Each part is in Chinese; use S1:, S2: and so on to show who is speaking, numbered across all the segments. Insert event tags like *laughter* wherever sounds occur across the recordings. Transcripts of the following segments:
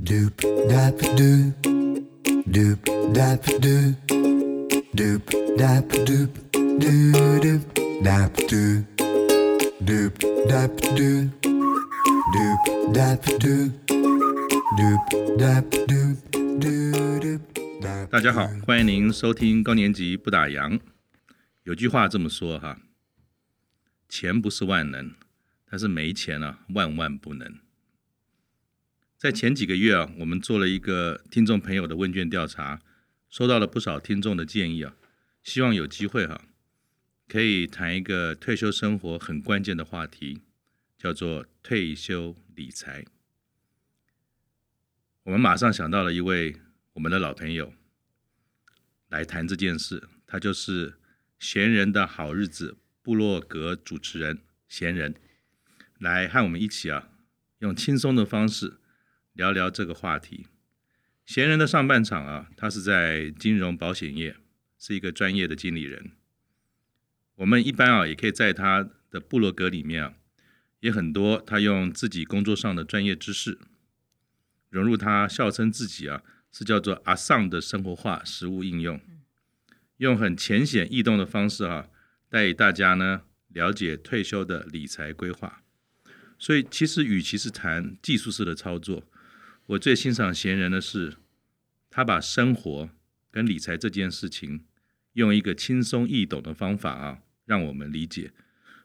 S1: Doop dap doop, doop dap doop, doop dap doop, doo doop dap doop, doop dap doop, doop dap doop, doop dap doop, doo doop dap.
S2: 大家好
S1: doop.，
S2: 欢迎您收听高年级不打烊。有句话这么说哈，钱不是万能，但是没钱啊，万万不能。在前几个月啊，我们做了一个听众朋友的问卷调查，收到了不少听众的建议啊，希望有机会哈、可以谈一个退休生活很关键的话题，叫做退休理财。我们马上想到了一位我们的老朋友，来谈这件事，他就是闲人的好日子部落格主持人闲人，来和我们一起啊，用轻松的方式聊聊这个话题。闲人的上半场啊，他是在金融保险业，是一个专业的经理人。我们一般啊，也可以在他的部落格里面啊，也很多他用自己工作上的专业知识，融入他笑称自己啊是叫做阿尚的生活化实物应用，用很浅显易懂的方式啊，带大家呢了解退休的理财规划。所以其实与其是谈技术式的操作，我最欣赏闲人的是，他把生活跟理财这件事情，用一个轻松易懂的方法啊，让我们理解。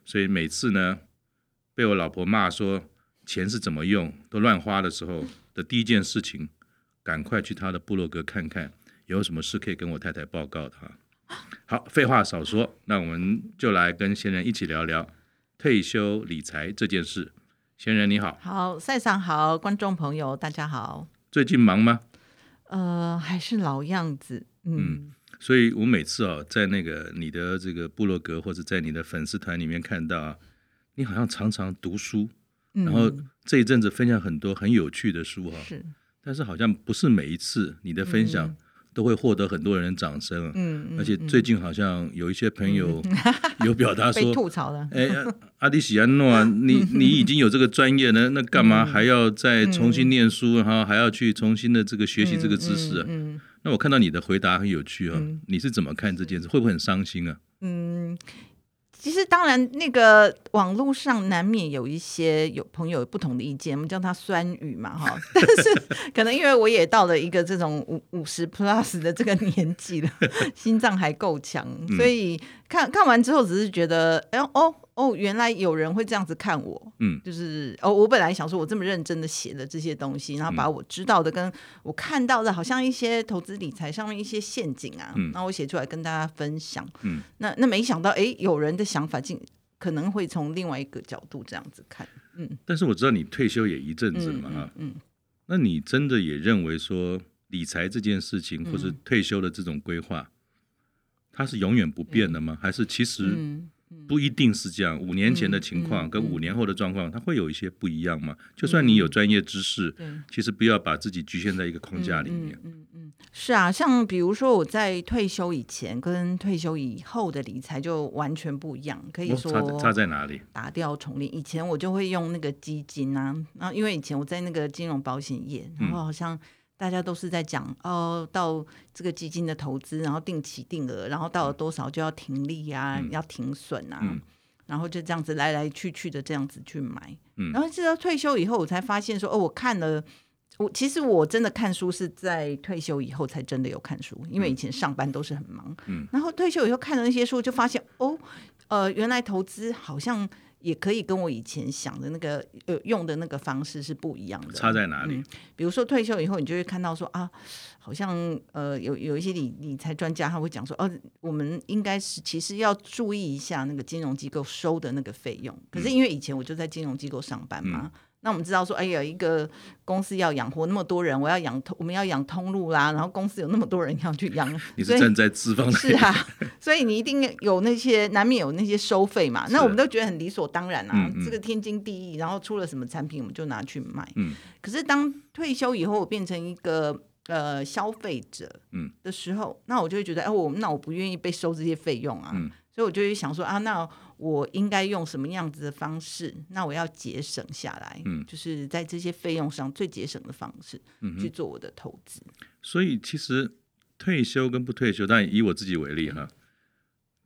S2: 所以每次呢，被我老婆骂说钱是怎么用都乱花的时候的第一件事情，赶快去他的部落格看看有什么事可以跟我太太报告的哈。好，废话少说，那我们就来跟闲人一起聊聊退休理财这件事。闲人你好，
S3: 好，赛上好，观众朋友大家好。
S2: 最近忙吗？
S3: 呃，还是老样子，嗯，
S2: 所以我每次啊，在那个你的这个部落格或者在你的粉丝团里面看到啊，你好像常常读书，
S3: 嗯
S2: 然后这一阵子分享很多很有趣的书哈、
S3: 是，
S2: 但是好像不是每一次你的分享都会获得很多人的掌声啊。
S3: 嗯，
S2: 而且最近好像有一些朋友 *laughs* 有表达
S3: 被
S2: 说，
S3: 吐槽了，
S2: 哎，
S3: *laughs*
S2: 啊阿迪喜安诺啊，你你已经有这个专业了，那干
S3: 嗯
S2: 嘛还要再重新念书，然后还要去重新的这个学习这个知识啊？
S3: 嗯嗯
S2: 那我看到你的回答很有趣啊，你是怎么看这件事？会不会很伤心啊？
S3: 嗯，其实当然，那个网络上难免有一些有朋友有不同的意见，我们叫它酸语嘛，哈。 *laughs* 但是可能因为我也到了一个这种五五十 plus 的这个年纪了，心脏还够强，
S2: 嗯
S3: 所以看看完之后，只是觉得，哎呦哦哦，原来有人会这样子看我，
S2: 嗯
S3: 就是哦，我本来想说我这么认真的写了这些东西，然后
S2: 嗯
S3: 把我知道的跟我看到的，好像一些投资理财上面一些陷阱啊，
S2: 嗯
S3: 然后我写出来跟大家分享。
S2: 嗯，
S3: 那那没想到，哎，有人的想法竟可能会从另外一个角度这样子看。
S2: 但是我知道你退休也一阵子了
S3: 嗯
S2: 嘛，
S3: 嗯
S2: 哈，
S3: 嗯，
S2: 那你真的也认为说理财这件事情，或
S3: 嗯
S2: 是退休的这种规划，它是永远不变的吗？还是其实
S3: 嗯
S2: 不一定是这样？五年前的情况跟五年后的状况，它会有一些不一样吗？就算你有
S3: 嗯
S2: 专业知识，
S3: 对。
S2: 其实不要把自己局限在一个框架里面。
S3: 嗯嗯嗯，是啊，像比如说我在退休以前跟退休以后的理财就完全不一样，可以
S2: 哦
S3: 说
S2: 差在差在哪里？
S3: 打掉重练。以前我就会用那个基金啊，然后因为以前我在那个金融保险业，
S2: 嗯
S3: 然后好像大家都是在讲、哦，到这个基金的投资，然后定期定额，然后到了多少就要停利啊，要停损啊。
S2: 嗯
S3: 然后就这样子来来去去的这样子去买，
S2: 嗯
S3: 然后直到退休以后，我才发现说，哦，我看了，我其实我真的看书是在退休以后才真的有看书，因为以前上班都是很忙，
S2: 嗯
S3: 然后退休以后看了那些书，就发现哦，呃，原来投资好像也可以跟我以前想的那个呃用的那个方式是不一样的。
S2: 差在哪里？
S3: 比如说退休以后，你就会看到说啊，好像呃有有一些理理财专家他会讲说，哦、我们应该是其实要注意一下那个金融机构收的那个费用。
S2: 嗯
S3: 可是因为以前我就在金融机构上班嘛。那我们知道说，哎呀，一个公司要养活那么多人，我要养通，我们要养通路啦，然后公司有那么多人要去养，
S2: 你
S3: 所
S2: 是
S3: 以
S2: 站在资 *laughs* 方的
S3: 是啊，所以你一定有那些难免有那些收费嘛，那我们都觉得很理所当然啊，
S2: 嗯嗯
S3: 这个天经地义。然后出了什么产品，我们就拿去卖。
S2: 嗯
S3: 可是当退休以后，我变成一个呃消费者
S2: 嗯
S3: 的时候，那我就会觉得，哎，我那我不愿意被收这些费用啊，
S2: 嗯
S3: 所以我就会想说啊，那我应该用什么样子的方式，那我要节省下来，
S2: 嗯
S3: 就是在这些费用上最节省的方式、
S2: 嗯
S3: 去
S2: 哼，
S3: 做我的投资。
S2: 所以其实退休跟不退休，但以我自己为例哈，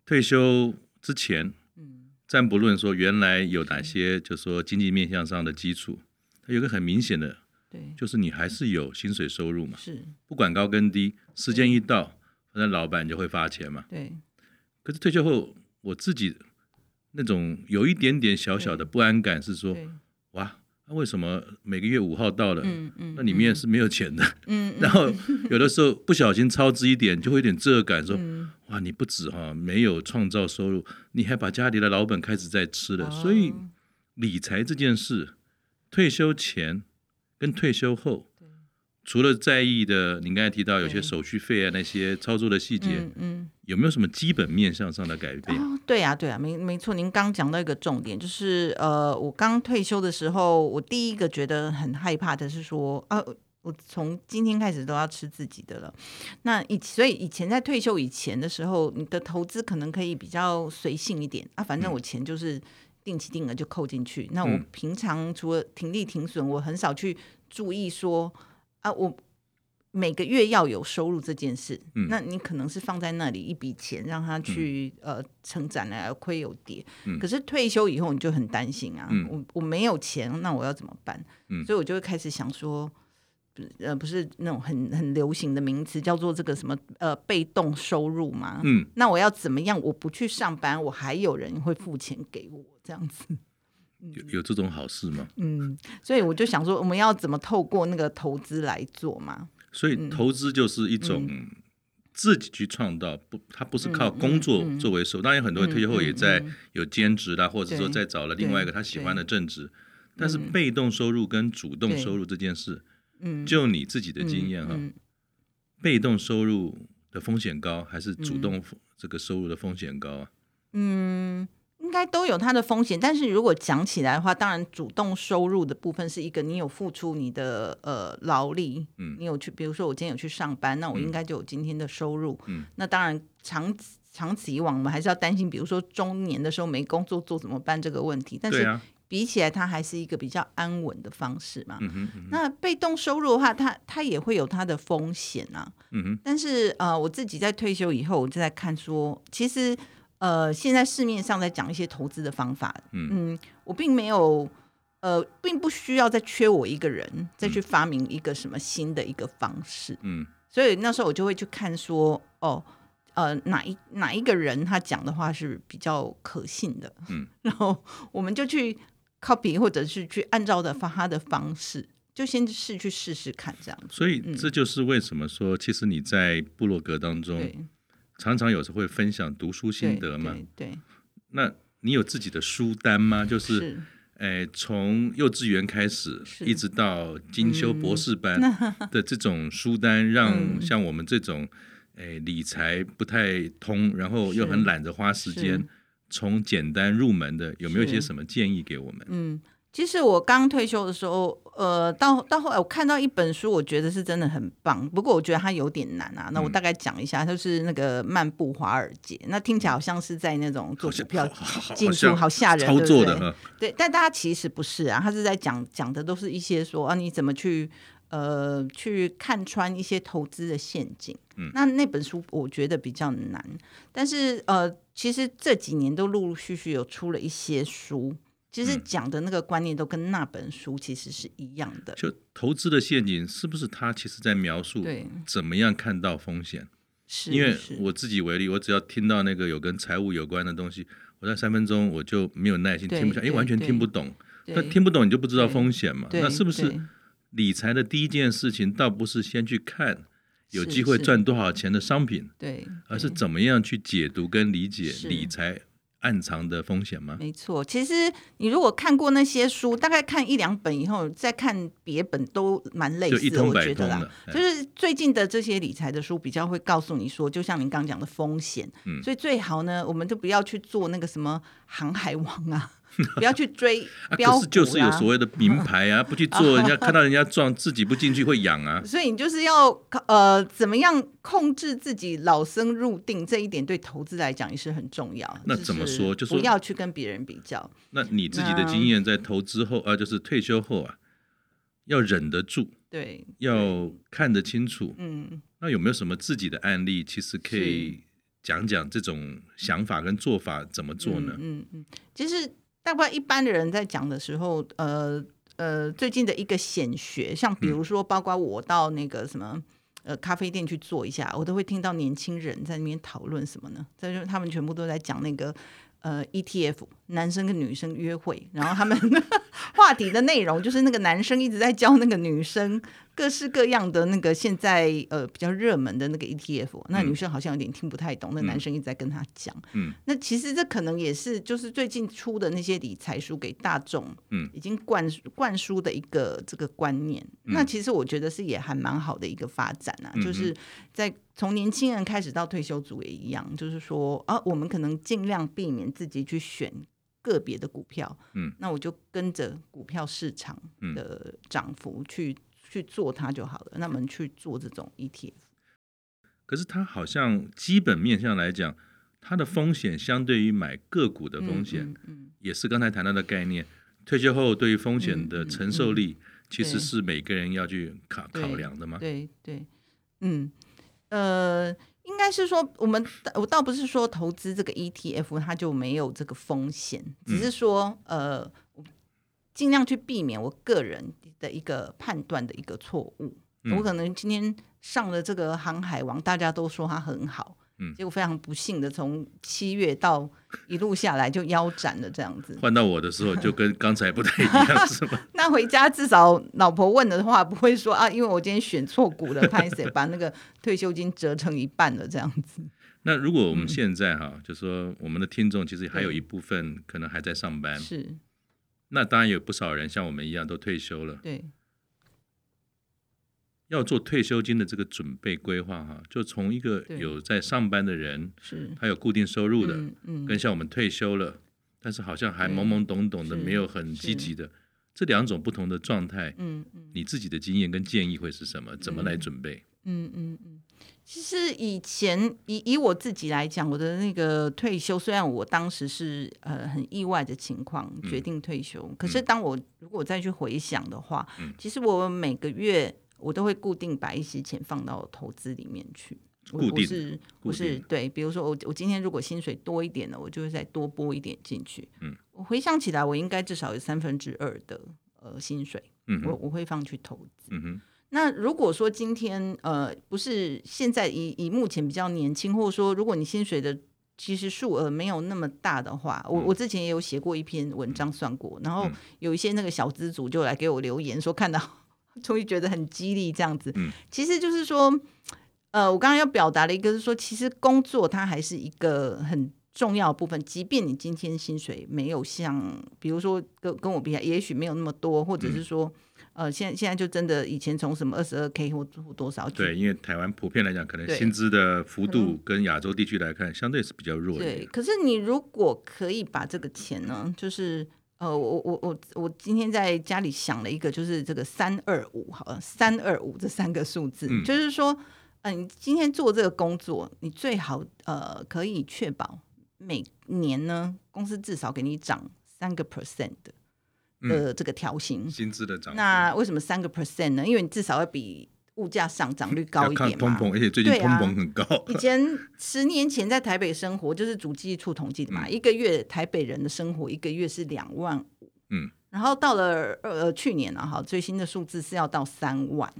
S2: 退休之前，
S3: 嗯
S2: 暂不论说原来有哪些，就说经济面向上的基础，它有一个很明显的，
S3: 对，
S2: 就是你还是有薪水收入嘛，
S3: 是，
S2: 不管高跟低，时间一到，反正老板就会发钱嘛。
S3: 对，
S2: 可是退休后，我自己那种有一点点小小的不安感是说，
S3: 对，
S2: 哇，那为什么每个月五号到了，
S3: 嗯嗯，
S2: 那里面
S3: 嗯
S2: 是没有钱的？
S3: 嗯，
S2: *laughs* 然后有的时候不小心超支一点，就会有点罪恶感，说
S3: 嗯
S2: 哇，你不止哈、没有创造收入，你还把家里的老本开始在吃了。所以
S3: 哦
S2: 理财这件事，退休前跟退休后
S3: 对，
S2: 除了在意的你刚才提到有些
S3: 对
S2: 手续费啊那些操作的细节，
S3: 嗯嗯。
S2: 有没有什么基本面向上的改变？
S3: 哦，对啊，对啊，没没错。您刚讲到一个重点，就是呃，我刚退休的时候，我第一个觉得很害怕的是说，啊，我从今天开始都要吃自己的了。那以所以以前在退休以前的时候，你的投资可能可以比较随性一点啊，反正我钱就是定期定额就扣进去。那我
S2: 嗯
S3: 平常除了停利停损，我很少去注意说啊，我每个月要有收入这件事，
S2: 嗯
S3: 那你可能是放在那里一笔钱，让它去、呃成长啊，亏有跌。
S2: 嗯
S3: 可是退休以后你就很担心啊，
S2: 嗯
S3: 我我没有钱，那我要怎么办？
S2: 嗯
S3: 所以我就会开始想说。呃，不是那种很很流行的名词，叫做这个什么呃被动收入嘛。
S2: 嗯，
S3: 那我要怎么样？我不去上班，我还有人会付钱给我这样子。
S2: 有有这种好事吗？
S3: 嗯，所以我就想说，我们要怎么透过那个投资来做嘛？
S2: 所
S3: 嗯
S2: 以投资就是一种自己去创造，不，它
S3: 嗯
S2: 不是靠工作作为收入。当然，很多人退休后也在有兼职啦，或者说
S3: 对
S2: 再找了另外一个
S3: 对
S2: 他喜欢的正职。但是被动收入跟主动收入这件事，
S3: 嗯，
S2: 就你自己的经验哈，
S3: 嗯
S2: 被动收入的风险高还是主动这个收入的风险高啊？
S3: 嗯，应该都有它的风险，但是如果讲起来的话，当然主动收入的部分是一个，你有付出你的呃劳力，
S2: 嗯
S3: 你有去，比如说我今天有去上班，那我应该就有今天的收入，
S2: 嗯，
S3: 那当然长此长此以往，我们还是要担心，比如说中年的时候没工作做怎么办这个问题，但
S2: 对
S3: 是
S2: 啊，
S3: 比起来，它还是一个比较安稳的方式嘛。
S2: 嗯哼，嗯哼
S3: 那被动收入的话，它它也会有它的风险啊，
S2: 嗯哼，
S3: 但是呃，我自己在退休以后，我就在看说，其实呃，现在市面上在讲一些投资的方法，
S2: 嗯
S3: 我并没有呃，并不需要再缺我一个人再去发明一个什么新的一个方式，
S2: 嗯
S3: 所以那时候我就会去看说，哦。呃，哪一哪一个人他讲的话是比较可信的，
S2: 嗯，
S3: 然后我们就去 copy 或者是去按照的他的方式，就先试去试试看这样子，
S2: 所以这就是为什么说，其实你在部落格当中
S3: 对，
S2: 常常有时候会分享读书嗯心得嘛。
S3: 对对，
S2: 那你有自己的书单吗？就
S3: 对
S2: 是，哎，从幼稚园开始，
S3: 是
S2: 一直到精修博士
S3: *laughs*
S2: 班的这种书单，
S3: 嗯
S2: 让像我们这种，哎，理财不太通，然后又
S3: 是
S2: 很懒得花时间
S3: 是，
S2: 从简单入门的，有没有一
S3: 是
S2: 些什么建议给我们？
S3: 嗯，其实我刚退休的时候，呃，到到后来我看到一本书，我觉得是真的很棒，不过我觉得它有点难啊。那
S2: 嗯
S3: 我大概讲一下，就是那个《漫步华尔街》，那听起来好像是在那种做股票
S2: 好好
S3: 进
S2: 像
S3: 入，好吓人，
S2: 操
S3: 对不
S2: 作的
S3: 对
S2: 哈，
S3: 对，但大家其实不是啊，他是在讲讲的都是一些说啊，你怎么去呃去看穿一些投资的陷阱。
S2: 嗯
S3: 那那本书我觉得比较难，但是呃，其实这几年都陆陆续续有出了一些书，其实
S2: 嗯
S3: 讲的那个观念都跟那本书其实是一样的。
S2: 就投资的陷阱是不是它其实在描述
S3: 对，
S2: 怎么样看到风险？
S3: 是
S2: 因为
S3: 是
S2: 我自己为例，我只要听到那个有跟财务有关的东西，我在三分钟我就没有耐心
S3: 对
S2: 听不下，因为
S3: 对
S2: 完全
S3: 对
S2: 听不懂。
S3: 对
S2: 那听不懂你就不知道风险嘛？
S3: 对
S2: 那是不是
S3: 对
S2: 理财的第一件事情，倒不是先去看有
S3: 是
S2: 机会
S3: 是
S2: 赚多少钱的商品，
S3: 对，
S2: 而是
S3: 对
S2: 怎么样去解读跟理解
S3: 是
S2: 理财暗藏的风险吗？
S3: 没错，其实你如果看过那些书，大概看一两本以后，再看别本都蛮类
S2: 就一
S3: 似的，
S2: 通
S3: 我
S2: 百
S3: 觉得
S2: 通
S3: 啦
S2: 的。，
S3: 就
S2: 哎
S3: 是最近的这些理财的书比较会告诉你说，就像您刚刚讲的风险，
S2: 嗯
S3: 所以最好呢，我们就不要去做那个什么航海王啊， *laughs* 不要去追
S2: *laughs* 啊，
S3: 标
S2: 可
S3: 股
S2: 是就是有
S3: 啦
S2: 所谓的名牌
S3: *laughs*
S2: 啊，不去做，人家看到人家撞，自己不进去会痒啊。 *laughs*
S3: 所以你就是要呃，怎么样控制自己老僧入定这一点，对投资来讲也是很重要。
S2: 那怎么说就
S3: 不
S2: 说
S3: 要去跟别人比较。
S2: 那你自己的
S3: 那
S2: 经验在投资后啊，就是退休后啊，要忍得住，
S3: 对，
S2: 要看得清楚。
S3: 嗯，
S2: 那有没有什么自己的案例，其实可以讲讲这种想法跟做法怎么做呢？
S3: 嗯嗯，其实大概一般的人在讲的时候，呃呃，最近的一个显学，像
S2: 嗯
S3: 比如说，包括我到那个什么。呃，咖啡店去做一下，我都会听到年轻人在那边讨论什么呢？在就是他们全部都在讲那个呃 ETF，男生跟女生约会，然后他们 *laughs* 话题的内容就是那个男生一直在教那个女生各式各样的那个现在呃比较热门的那个 ETF，那女生好像有点听不太懂，那男生一直在跟他讲。那其实这可能也是就是最近出的那些理财书给大众，
S2: 嗯
S3: 已经灌输灌输的一个这个观念。那其实我觉得是也还蛮好的一个发展啊，就是在从年轻人开始到退休族也一样，就是说啊，我们可能尽量避免自己去选个别的股票，
S2: 嗯，
S3: 那我就跟着股票市场的涨幅去、去做它就好了。那么去做这种 E ETF，
S2: 可是它好像基本面上来讲，它的风险相对于买个股的风险，
S3: 嗯嗯
S2: 也是刚才谈到的概念。退休后对于风险的承受力，其实
S3: 嗯对
S2: 是每个人要去考
S3: 对
S2: 考量的吗？
S3: 对对，嗯，呃，应该是说我们我倒不是说投资这个 ETF 它就没有这个风险，只
S2: 嗯
S3: 是说、呃，尽量去避免我个人的一个判断的一个错误。
S2: 嗯
S3: 我可能今天上了这个航海王，大家都说它很好。
S2: 嗯
S3: 结果非常不幸的，从七月到一路下来就腰斩了，这样子。
S2: *laughs* 换到我的时候，就跟刚才不太一样， *laughs* 是吗？
S3: *laughs* 那回家至少老婆问的话不会说啊，因为我今天选错股了，拍谁把那个
S2: *laughs*
S3: 退休金折成一半了这样子。
S2: 那如果我
S3: 嗯
S2: 们现在哈、就说我们的听众其实还有一部分可能还在上班，
S3: 是，
S2: 那当然有不少人像我们一样都退休了，
S3: 对，
S2: 要做退休金的这个准备规划哈、就从一个
S3: 对
S2: 有在上班的人，
S3: 是。
S2: 他有固定收入的，
S3: 嗯嗯，
S2: 跟像我们退休了，但是好像还
S3: 对
S2: 懵懵懂懂的，
S3: 是
S2: 没有很积极的，这两种不同的状态，
S3: 嗯嗯
S2: 你自己的经验跟建议会是什么？怎么来准备？
S3: 嗯嗯嗯。其实以前以以我自己来讲，我的那个退休，虽然我当时是呃很意外的情况决定退休，可是当我如果再去回想的话，
S2: 嗯
S3: 其实我每个月我都会固定把一些钱放到投资里面去。我
S2: 固
S3: 我
S2: 定
S3: 是
S2: 固
S3: 我是
S2: 定
S3: 对，比如说我我今天如果薪水多一点了，我就会再多拨一点进去。
S2: 嗯，
S3: 我回想起来，我应该至少有三分之二的呃薪水，
S2: 嗯
S3: 我
S2: 哼，
S3: 我会放去投资。
S2: 嗯哼，
S3: 那如果说今天呃不是现在以以目前比较年轻，或者说如果你薪水的其实数额没有那么大的话，
S2: 嗯
S3: 我我之前也有写过一篇文章算过，然后有一些那个小资族就来给我留言说看到 *laughs* 终于觉得很激励这样子，
S2: 嗯
S3: 其实就是说，呃，我刚刚要表达的一个是说，其实工作它还是一个很。重要的部分，即便你今天薪水没有像，比如说跟跟我比，也许没有那么多，或者
S2: 嗯
S3: 是说，呃，现在现在就真的以前从什么二十二 k 或或多少几
S2: 对，因为台湾普遍来讲，可能
S3: 对
S2: 薪资的幅度跟亚洲地区来看，相对是比较弱一
S3: 对，
S2: 点。
S3: 可是你如果可以把这个钱呢，就是呃，我我我我今天在家里想了一个，就是这个三二五，好了，三二五这三个数字，
S2: 嗯
S3: 就是说，嗯、你今天做这个工作，你最好呃可以确保每年呢，公司至少给你涨三个 percent 的
S2: 嗯
S3: 的这个调薪。
S2: 薪资的涨幅
S3: 那为什么三个 percent 呢？因为你至少要比物价上涨率高
S2: 要
S3: 一
S2: 看
S3: 点
S2: 通
S3: 嘛。
S2: 膨，而且最近
S3: 对
S2: 通
S3: 啊
S2: 膨很高。
S3: 以前十年前在台北生活，就是主计处统计的
S2: 嗯
S3: 嘛，一个月台北人的生活一个月是两万五，
S2: 嗯，
S3: 然后到了呃去年啊，哈，最新的数字是要到三万，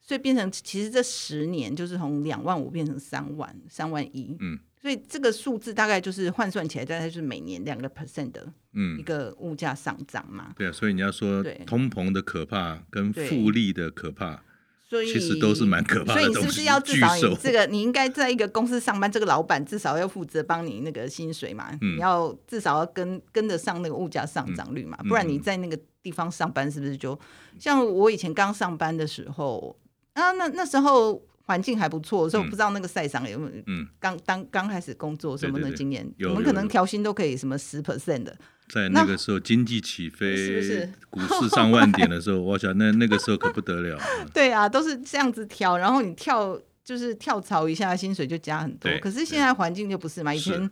S3: 所以变成其实这十年就是从两万五变成三万，三万一，
S2: 嗯，
S3: 所以这个数字大概就是换算起来，大概就是每年两个 percent 的
S2: 嗯
S3: 一，个物价上涨嘛，
S2: 对啊，所以你要说
S3: 对
S2: 通膨的可怕跟
S3: 对
S2: 复利的可怕，
S3: 所以
S2: 其实都是蛮可怕
S3: 所以
S2: 的
S3: 你是
S2: 东
S3: 不
S2: 西
S3: 是要。至
S2: 巨
S3: 少你
S2: 手，
S3: 这个你应该在一个公司上班，这个老板至少要负责帮你那个薪水嘛，
S2: 嗯
S3: 你要至少要跟跟得上那个物价上涨率嘛，
S2: 嗯
S3: 不然你在那个地方上班是不是就像我以前刚上班的时候啊，那那时候环境还不错，所以我
S2: 嗯
S3: 不知道那个赛场有没有
S2: 嗯，
S3: 刚当刚开始工作什么
S2: 对
S3: 的
S2: 对对
S3: 经验，
S2: 有
S3: 我们
S2: 有有
S3: 可能调薪都可以什么十 percent 的，
S2: 在
S3: 那
S2: 那个时候经济起飞，
S3: *laughs* 是不是
S2: 股市上万点的时候， *laughs* 我想那那个时候可不得了。嗯
S3: 对啊，都是这样子调，然后你跳就是跳槽一下，薪水就加很多
S2: 对。
S3: 可是现在环境就不是嘛，以
S2: 是
S3: 前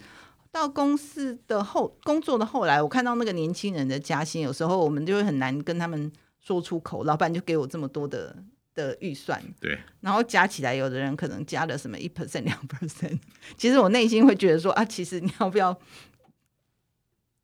S3: 到公司的后工作的后来，我看到那个年轻人的加薪，有时候我们就会很难跟他们说出口，老板就给我这么多的。的预算，
S2: 对，
S3: 然后加起来，有的人可能加了什么一 percent、两 percent。其 *laughs* 实我内心会觉得说啊，其实你要不要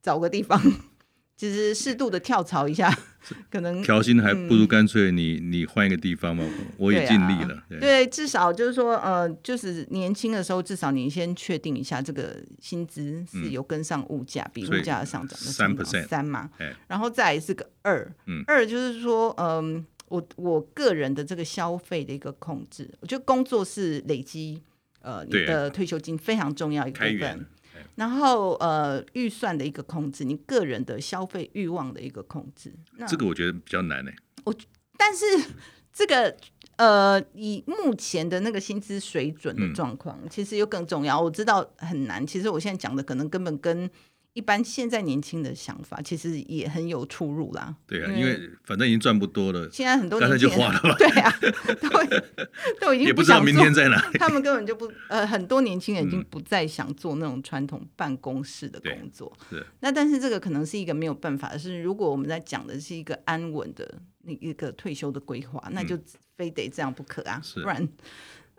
S3: 找个地方， *laughs* 其实适度的跳槽一下， *laughs* 可能
S2: 调薪还不如干脆你、你换一个地方嘛，我也
S3: 嗯对啊
S2: 尽力了。对
S3: 对，至少就是说，呃，就是年轻的时候，至少你先确定一下这个薪资是
S2: 嗯
S3: 有跟上物价，比
S2: 所
S3: 物
S2: 以
S3: 价上涨的
S2: 3%
S3: 三嘛，
S2: 哎
S3: 然后再来是个二，
S2: 嗯
S3: 二就是说，嗯、我我个人的这个消费的一个控制，我觉得工作是累积呃你
S2: 对啊
S3: 的退休金非常重要一个
S2: 开
S3: 部
S2: 源
S3: 分，然后呃预算的一个控制，你个人的消费欲望的一个控制，那
S2: 这个我觉得比较难欸呢、
S3: 但是 *laughs* 这个呃，以目前的那个薪资水准的
S2: 嗯
S3: 状况，其实又更重要。我知道很难，其实我现在讲的可能根本跟一般现在年轻的想法，其实也很有出入啦。
S2: 对啊，
S3: 嗯
S2: 因为反正已经赚不多了，
S3: 现在很多
S2: 干
S3: 年
S2: 脆就
S3: 轻
S2: 花
S3: 人，
S2: 了吧，
S3: *laughs* 对啊，
S2: *laughs*
S3: 都都已
S2: 也
S3: 经
S2: 不知
S3: 想
S2: 道
S3: 做
S2: 明天在哪里。
S3: *laughs* 他们根本就不呃，很多年轻人已经
S2: 嗯
S3: 不再想做那种传统办公室的
S2: 对
S3: 工作。 *laughs*
S2: 是
S3: 那但是这个可能是一个没有办法，是如果我们在讲的是一个安稳的那一个退休的规划，那就非得这样不可啊，
S2: 嗯是
S3: 不然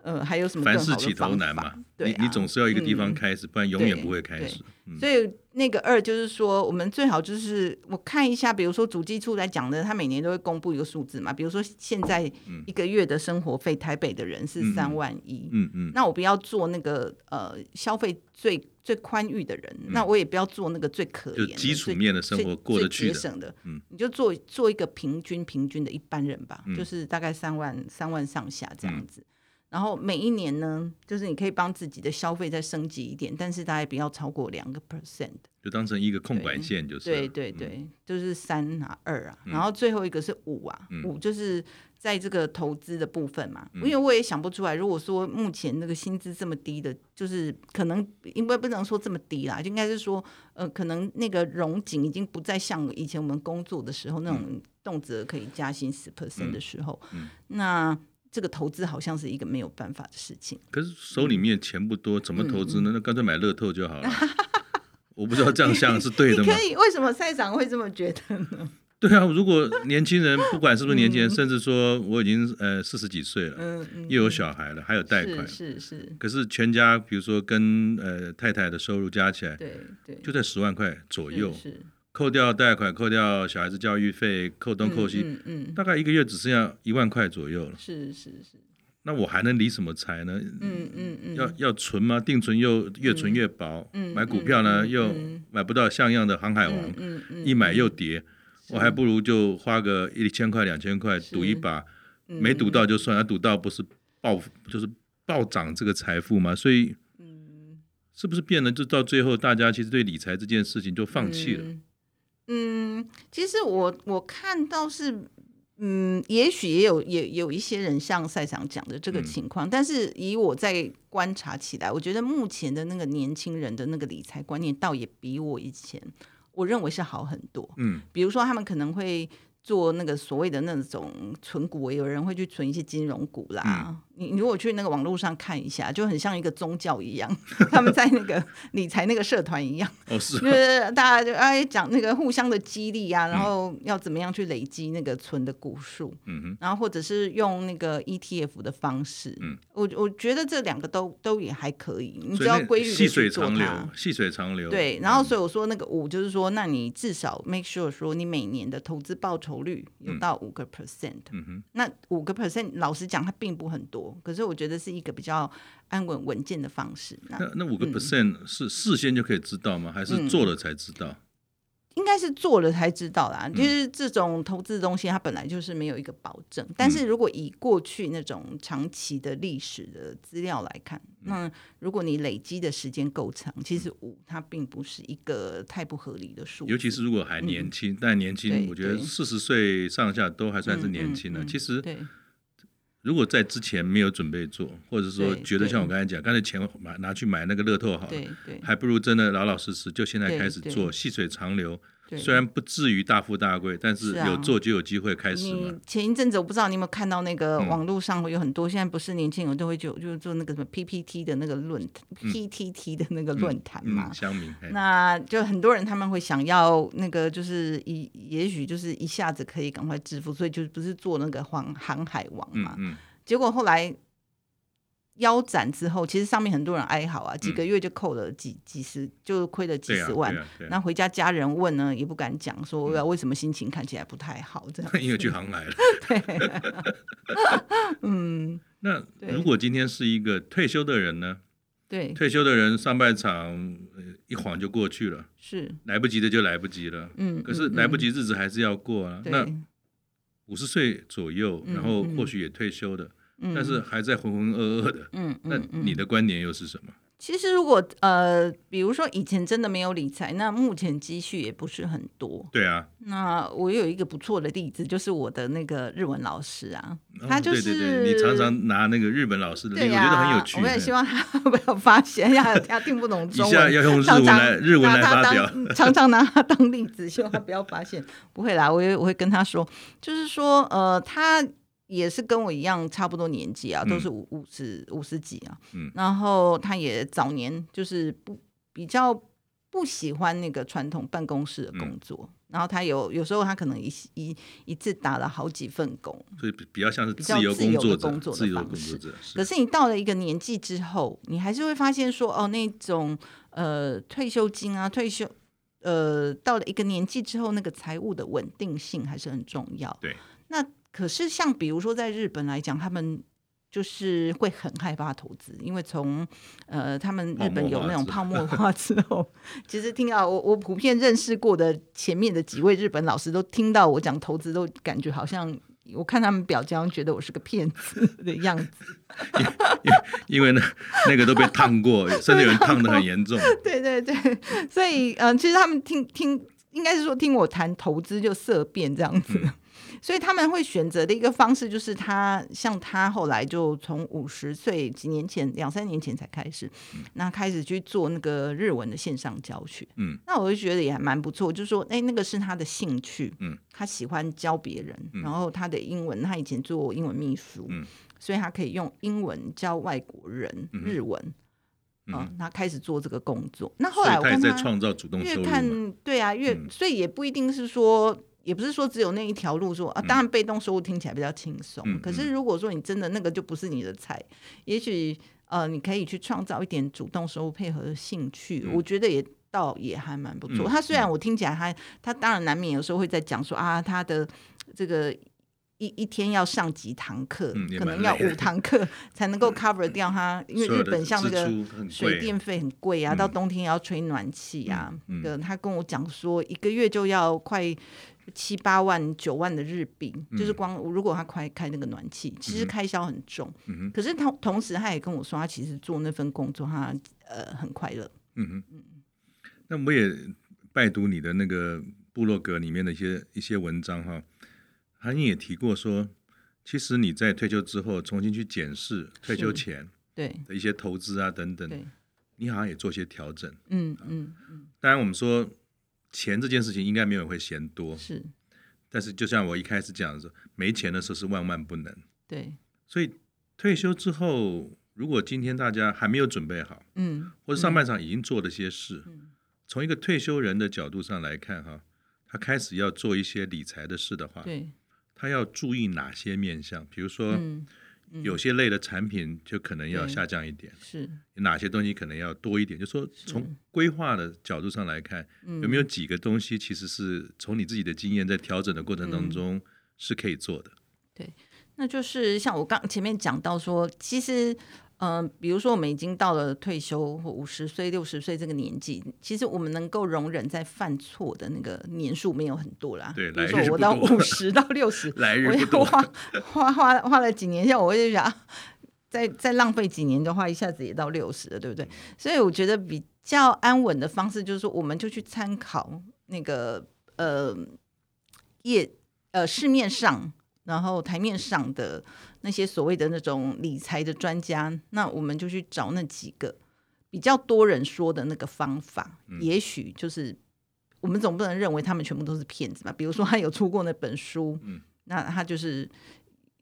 S3: 呃还有什么
S2: 凡
S3: 更
S2: 事
S3: 好的
S2: 起头
S3: 方
S2: 难
S3: 法
S2: 嘛？，
S3: 对、啊
S2: 你你总是要一个地方
S3: 嗯
S2: 开始，不然永远
S3: 对
S2: 不会开始
S3: 对。
S2: 嗯，
S3: 所以那个二就是说，我们最好就是我看一下，比如说主计处来讲的，他每年都会公布一个数字嘛，比如说现在
S2: 嗯
S3: 一个月的生活费，台北的人
S2: 嗯
S3: 是
S2: 嗯
S3: 三万一、
S2: 嗯嗯，
S3: 那我不要做那个呃消费最最宽裕的人，那我也不要做那个最可
S2: 嗯就
S3: 怜的、
S2: 基础
S3: 最
S2: 面的生活
S3: 最
S2: 过得
S3: 最
S2: 去
S3: 节
S2: 的，
S3: 省的，
S2: 嗯
S3: 你就做做一个平均平均的一般人吧，
S2: 嗯
S3: 就是大概三万三万上下这样
S2: 嗯
S3: 子。然后每一年呢，就是你可以帮自己的消费再升级一点，但是大概不要超过两个 percent。
S2: 就当成一个空白线就是了。
S3: 对对
S2: 嗯，
S3: 对，就是三啊二啊，然后最后一个是五啊，
S2: 嗯
S3: 五就是在这个投资的部分嘛，
S2: 嗯
S3: 因为我也想不出来，如果说目前那个薪资这么低的，就是可能因为不能说这么低啦，就应该是说呃，可能那个融景已经不再像以前我们工作的时候那种动辄可以加薪十 percent 的时候，
S2: 嗯
S3: 那这个投资好像是一个没有办法的事情。
S2: 可是手里面钱不多，怎么投资
S3: 嗯
S2: 呢？那干脆买乐透就
S3: *laughs*
S2: 好了。我不知道这样想是对
S3: 你
S2: 的吗
S3: 可？以为什么赛长会这么觉得呢？
S2: 对啊，如果年轻人，不管是不是年轻人，甚至说我已经呃四十几岁了，
S3: 嗯嗯，
S2: 又有小孩了，还有贷款
S3: 是，是是，
S2: 可是全家比如说跟呃太太的收入加起来
S3: 对对，
S2: 就在十万块左右，
S3: 是是
S2: 扣掉贷款，扣掉小孩子教育费，扣东扣西，
S3: 嗯嗯嗯，
S2: 大概一个月只剩下一万块左右了。
S3: 是是是，
S2: 那我还能理什么财呢？
S3: 嗯嗯嗯，
S2: 要要存吗？定存又越存越薄，
S3: 嗯
S2: 买股票呢、
S3: 嗯嗯
S2: 又
S3: 嗯
S2: 买不到像样的航海王，
S3: 嗯嗯嗯，
S2: 一买又跌，我还不如就花个一千块、两千块赌一把，
S3: 嗯
S2: 没赌到就算啊了，赌到不是暴就是暴涨这个财富嘛，所以
S3: 嗯
S2: 是不是变得就到最后大家其实对理财这件事情就放弃了？
S3: 嗯。嗯，其实我我看到是，嗯，也许也有也有一些人像赛长讲的这个
S2: 嗯
S3: 情况，但是以我在观察起来，我觉得目前的那个年轻人的那个理财观念，倒也比我以前我认为是好很多。
S2: 嗯，
S3: 比如说他们可能会做那个所谓的那种存股，有人会去存一些金融股啦。
S2: 嗯
S3: 你你如果去那个网络上看一下，就很像一个宗教一样， *laughs* 他们在那个理财那个社团一
S2: *laughs*
S3: 样，
S2: 哦是
S3: 就，是大家就哎讲那个互相的激励啊，然后要怎么样去累积那个存的股数。
S2: 嗯哼，
S3: 然后或者是用那个 ETF 的方式，
S2: 嗯，
S3: 我我觉得这两个都都也还可以，你只
S2: 所以
S3: 要
S2: 那
S3: 规律
S2: 细
S3: 的去
S2: 水
S3: 做
S2: 长
S3: 它
S2: 流，，细水长流，
S3: 对，然后所以我说那个五，就是说，那你至少 make sure 说你每年的投资报酬率有到五个 percent。
S2: 嗯哼，
S3: 那五个 percent，老实讲，它并不很多，可是我觉得是一个比较安稳稳健的方式。那
S2: 嗯那那五个 percent 是事先就可以知道吗？还
S3: 嗯
S2: 是做了才知道？
S3: 应该是做了才知道
S2: 嗯
S3: 啦。就是这种投资的东西，它本来就是没有一个保证。但
S2: 嗯
S3: 是如果以过去那种长期的历史的资料来看，
S2: 嗯
S3: 那如果你累积的时间够长，其实五它并不是一个太不合理的数字。
S2: 尤其是如果还年轻，但年轻
S3: 嗯对
S2: 我觉得
S3: 对
S2: 四十岁上下都还算是年轻
S3: 嗯
S2: 的。
S3: 嗯嗯
S2: 其实
S3: 对
S2: 如果在之前没有准备做，或者说
S3: 对
S2: 觉得
S3: 对
S2: 像我刚才讲，刚才钱买拿去买那个乐透好了，
S3: 对对
S2: 还不如真的老老实实就现在
S3: 对
S2: 开始
S3: 对
S2: 做，细水长流。
S3: 对。
S2: 虽然不至于大富大贵，但是
S3: 是啊
S2: 有做就有机会开始嘛
S3: 你。前一阵子我不知道你有没有看到那个
S2: 嗯
S3: 网络上有很多，现在不是年轻人都会就就做那个什么 PPT 的那个论坛、PTT 的那个论坛嘛。
S2: 嗯，乡民，哎
S3: 那就很多人他们会想要那个，就是一也许就是一下子可以赶快致富，所以就不是做那个航航海王
S2: 嗯
S3: 嘛。
S2: 嗯，
S3: 结果后来腰斩之后，其实上面很多人哀嚎啊，几个月就扣了几几十，就亏了
S2: 嗯
S3: 几
S2: 对啊，
S3: 十万
S2: 对。啊，对嗯
S3: 那
S2: 啊，。
S3: 回家家人问呢，也不敢讲，说我要为什么心情看起来不太好这样
S2: *laughs* 因为去航海
S3: *laughs*
S2: 了。
S3: 嗯，
S2: 那
S3: 对
S2: 如果今天是一个退休的人呢？
S3: 对，
S2: 退休的人上半场呃一晃就过去了，
S3: 是，
S2: 来不及的就来不及了。
S3: 嗯，
S2: 可是
S3: 嗯
S2: 来不，及，
S3: 嗯
S2: 日子还是要过啊。
S3: 对
S2: 那五十岁左右，
S3: 嗯
S2: 然后
S3: 嗯
S2: 或许也退休的，
S3: 嗯
S2: 但是还在浑浑噩噩的。
S3: 嗯，
S2: 那
S3: 嗯嗯
S2: 你的观点又是什么？
S3: 其实如果呃，比如说以前真的没有理财，那目前积蓄也不是很多。
S2: 对啊，
S3: 那我有一个不错的例子，就是我的那个日文老师啊，
S2: 哦
S3: 他就
S2: 对
S3: 是
S2: 对对，你常常拿那个日本老师的那
S3: 对
S2: 个，
S3: 呀、
S2: 我觉得很有趣。
S3: 我也
S2: 哎
S3: 希望他 *laughs* 不要发现，要他听不懂中
S2: 一
S3: 文。
S2: 下要用日文来日文来
S3: 拿
S2: 发
S3: 他 *laughs*
S2: 表，
S3: 当嗯常常拿他当例子，希望他不要发现。不会啦，我也我会跟他说，就是说，呃，他也是跟我一样差不多年纪啊，
S2: 嗯
S3: 都是五五十五十几啊。
S2: 嗯
S3: 然后他也早年就是不比较不喜欢那个传统办公室的工
S2: 嗯
S3: 作。然后他有有时候他可能一一一次打了好几份工，
S2: 所以比比较像是
S3: 比较
S2: 自由
S3: 自由
S2: 工
S3: 的
S2: 作者
S3: 工，作的
S2: 自由
S3: 方
S2: 工作
S3: 式
S2: 者是
S3: 可是你到了一个年纪之后，你还是会发现说，哦，那种呃退休金啊，退休呃，到了一个年纪之后，那个财务的稳定性还是很重要。
S2: 对。
S3: 那可是像比如说在日本来讲，他们就是会很害怕投资，因为从呃他们日本有那种
S2: 泡
S3: 泡沫化之后，
S2: *laughs*
S3: 其实听到我我普遍认识过的前面的几位日本老师都听到我讲投资，都感觉好像。我看他们表情，好像觉得我是个骗子的样子。
S2: 因为那那个都被烫过，
S3: *laughs*
S2: 甚至有人烫的很严重。
S3: 对对对， *laughs* 所以嗯、呃其实他们听听，应该是说听我谈投资就色变这样
S2: 嗯
S3: 子， *laughs* 所以他们会选择的一个方式就是他像他后来就从五十岁几年前两三年前才开始，那开始去做那个日文的线上教学，
S2: 嗯，
S3: 那我就觉得也还蛮不错，就是说哎那个是他的兴趣，
S2: 嗯，
S3: 他喜欢教别人，
S2: 嗯
S3: 然后他的英文他以前做英文秘书，
S2: 嗯，
S3: 所以他可以用英文教外国人
S2: 嗯哼
S3: 日文。
S2: 嗯，
S3: 嗯，他开始做这个工作。那后
S2: 所以
S3: 来我
S2: 他也
S3: 看
S2: 在
S3: 他
S2: 创造主动
S3: 越
S2: 收入
S3: 看
S2: 嘛。，
S3: 对啊，越、
S2: 嗯
S3: 所以也不一定是说，也不是说只有那一条路说啊。当然，被动收入听起来比较轻松，
S2: 嗯
S3: 可是如果说你真的那个就不是你的菜，也许呃，你可以去创造一点主动收入，配合兴趣，
S2: 嗯
S3: 我觉得也。倒也还蛮不错。
S2: 嗯
S3: 他虽然我听起来他他当然难免有时候会在讲说啊，他的这个一一天要上几堂课，
S2: 嗯也
S3: 可能
S2: 蛮
S3: 要
S2: 累嗯
S3: 五堂课 *laughs* 才能够 cover 掉他，因为
S2: 所有
S3: 日
S2: 的
S3: 本像那
S2: 支
S3: 个
S2: 出很贵
S3: 水电费很贵啊，
S2: 嗯
S3: 到冬天也要吹暖气啊。
S2: 嗯嗯
S3: 那个他跟我讲说，一个月就要快七八万、九万的日币，
S2: 嗯
S3: 就是光如果他开开那个暖气，其实开销很重。
S2: 嗯哼，
S3: 可是同同时，他也跟我说，他其实做那份工作，他呃很快乐。
S2: 嗯哼。那我也拜读你的那个部落格里面的一些一些文章哈，韩你也提过说，其实你在退休之后重新去检视退休
S3: 是
S2: 前
S3: 对
S2: 的一些投资啊等
S3: 对
S2: 等，，你好像也做些调整。
S3: 嗯嗯，
S2: 当然，我们说钱这件事情应该没有人会嫌多，
S3: 是
S2: 但是就像我一开始讲的说，没钱的时候是万万不能。
S3: 对，
S2: 所以退休之后，如果今天大家还没有准备好，
S3: 嗯
S2: 或者上半场已经做了些事，
S3: 嗯
S2: 从一个退休人的角度上来看，哈，他开始要做一些理财的事的话，
S3: 对，
S2: 他要注意哪些面向？比如说，
S3: 嗯
S2: 有些类的产品就可能要
S3: 对
S2: 下降一点，
S3: 是
S2: 哪些东西可能要多一点。就说从规划的角度上来看，
S3: 嗯
S2: 有没有几个东西其实是从你自己的经验在调整的过程
S3: 嗯
S2: 当中是可以做的？
S3: 那就是像我刚前面讲到说，其实，嗯、比如说我们已经到了退休或五十岁、六十岁这个年纪，其实我们能够容忍在犯错的那个年数没有很多啦。
S2: 对
S3: 比如
S2: 来日
S3: 说
S2: 不
S3: 我到
S2: 多
S3: 五十到六十，
S2: 来日
S3: 我
S2: 不
S3: 也
S2: 多
S3: 花 *laughs* 花花花了几年下，我就想，啊再再浪费几年的话，一下子也到六十了，对不对？所以我觉得比较安稳的方式就是说，我们就去参考那个呃业呃市面上，然后台面上的那些所谓的那种理财的专家，那我们就去找那几个比较多人说的那个方法，
S2: 嗯
S3: 也许就是我们总不能认为他们全部都是骗子吧？比如说他有出过那本书，
S2: 嗯
S3: 那他就是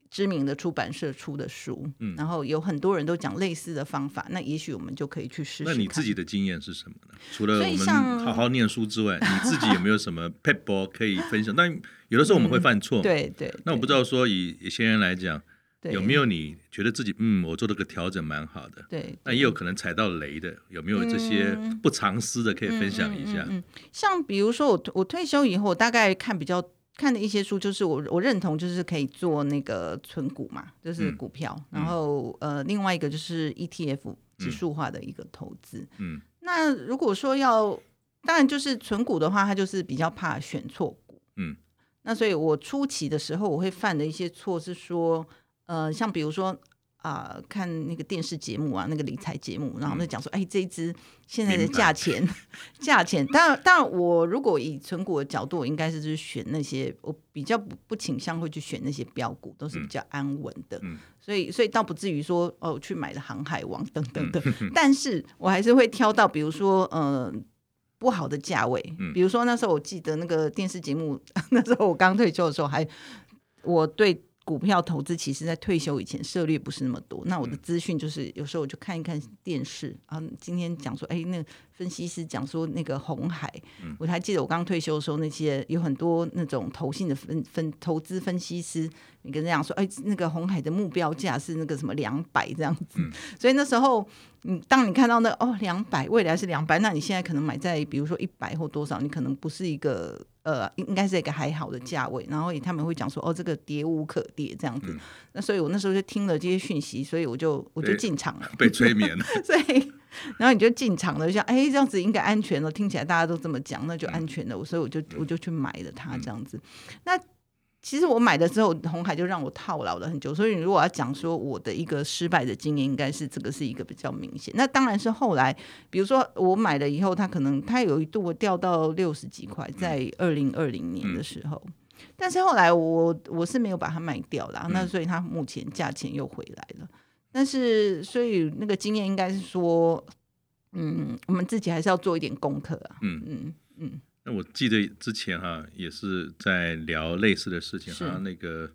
S3: 知名的出版社出的书，
S2: 嗯
S3: 然后有很多人都讲类似的方法，那也许我们就可以去试试
S2: 那
S3: 看。
S2: 你自己的经验是什么呢？除了
S3: 所以
S2: 我们
S3: 像
S2: 好好念书之
S3: *laughs*
S2: 外，你自己有没有什么 p e p b 可以分享？但有的时候我们会犯错、，
S3: 嗯对对，
S2: 那我不知道说以以先人来讲，
S3: 对
S2: 有没有你觉得自己嗯，我做了个调整蛮好的，
S3: 对嗯
S2: 那也有可能踩到雷的，有没有这些不藏私的可以分享一下？
S3: 嗯嗯嗯像比如说我退我退休以后，我大概看比较看的一些书，就是我我认同就是可以做那个存股嘛，就是
S2: 嗯
S3: 股票，
S2: 嗯
S3: 然后呃另外一个就是 ETF 指数化的一个投资。
S2: 嗯
S3: 那如果说要，当然就是存股的话，它就是比较怕选错股。
S2: 嗯，
S3: 那所以我初期的时候，我会犯的一些错是说，呃，像比如说啊、看那个电视节目啊，那个理财节目，然后我们就讲说，哎，这一只现在的
S2: 嗯明白
S3: 价钱，
S2: *laughs*
S3: 价钱。当然，当然，我如果以存股的角度，我应该是就是选那些我比较不不倾向会去选那些标股，都是比较安稳的。
S2: 嗯
S3: 所以所以倒不至于说哦去买了航海王等等的，
S2: 嗯
S3: 但是我还是会挑到比如说呃不好的价位，
S2: 嗯
S3: 比如说那时候我记得那个电视节目， *laughs* 那时候我刚退休的时候还我对。股票投资其实，在退休以前涉猎不是那么多。那我的资讯就是，有时候我就看一看电视啊。今天讲说，哎，那分析师讲说那个红海，我还记得我刚退休的时候，那些有很多那种投信的分分投资分析师，你跟人家讲说，哎，那个红海的目标价是那个什么两百这样子，所以那时候你当你看到那哦两百，未来是两百，那你现在可能买在比如说一百或多少，你可能不是一个呃，应应该是一个还好的价位，然后也他们会讲说哦这个跌无可跌这样子，那所以我那时候就听了这些讯息，所以我就我就
S2: 对
S3: 进场了，
S2: 被催眠了， *laughs*
S3: *laughs* 所以，然后你就进场了，就想，哎，这样子应该安全了。听起来大家都这么讲，那就安全了。所以我就我就去买了它这样子。那其实我买了之后，红海就让我套牢了很久。所以如果要讲说我的一个失败的经验，应该是这个是一个比较明显。那当然是后来，比如说我买了以后，它可能它有一度掉到六十几块，在二零二零年的时候。但是后来我我是没有把它卖掉啦，那所以它目前价钱又回来了。但是，所以那个经验应该是说，嗯，我们自己还是要做一点功课啊。
S2: 嗯。
S3: 嗯嗯，
S2: 那我记得之前哈、也是在聊类似的事情，
S3: 是
S2: 好像那个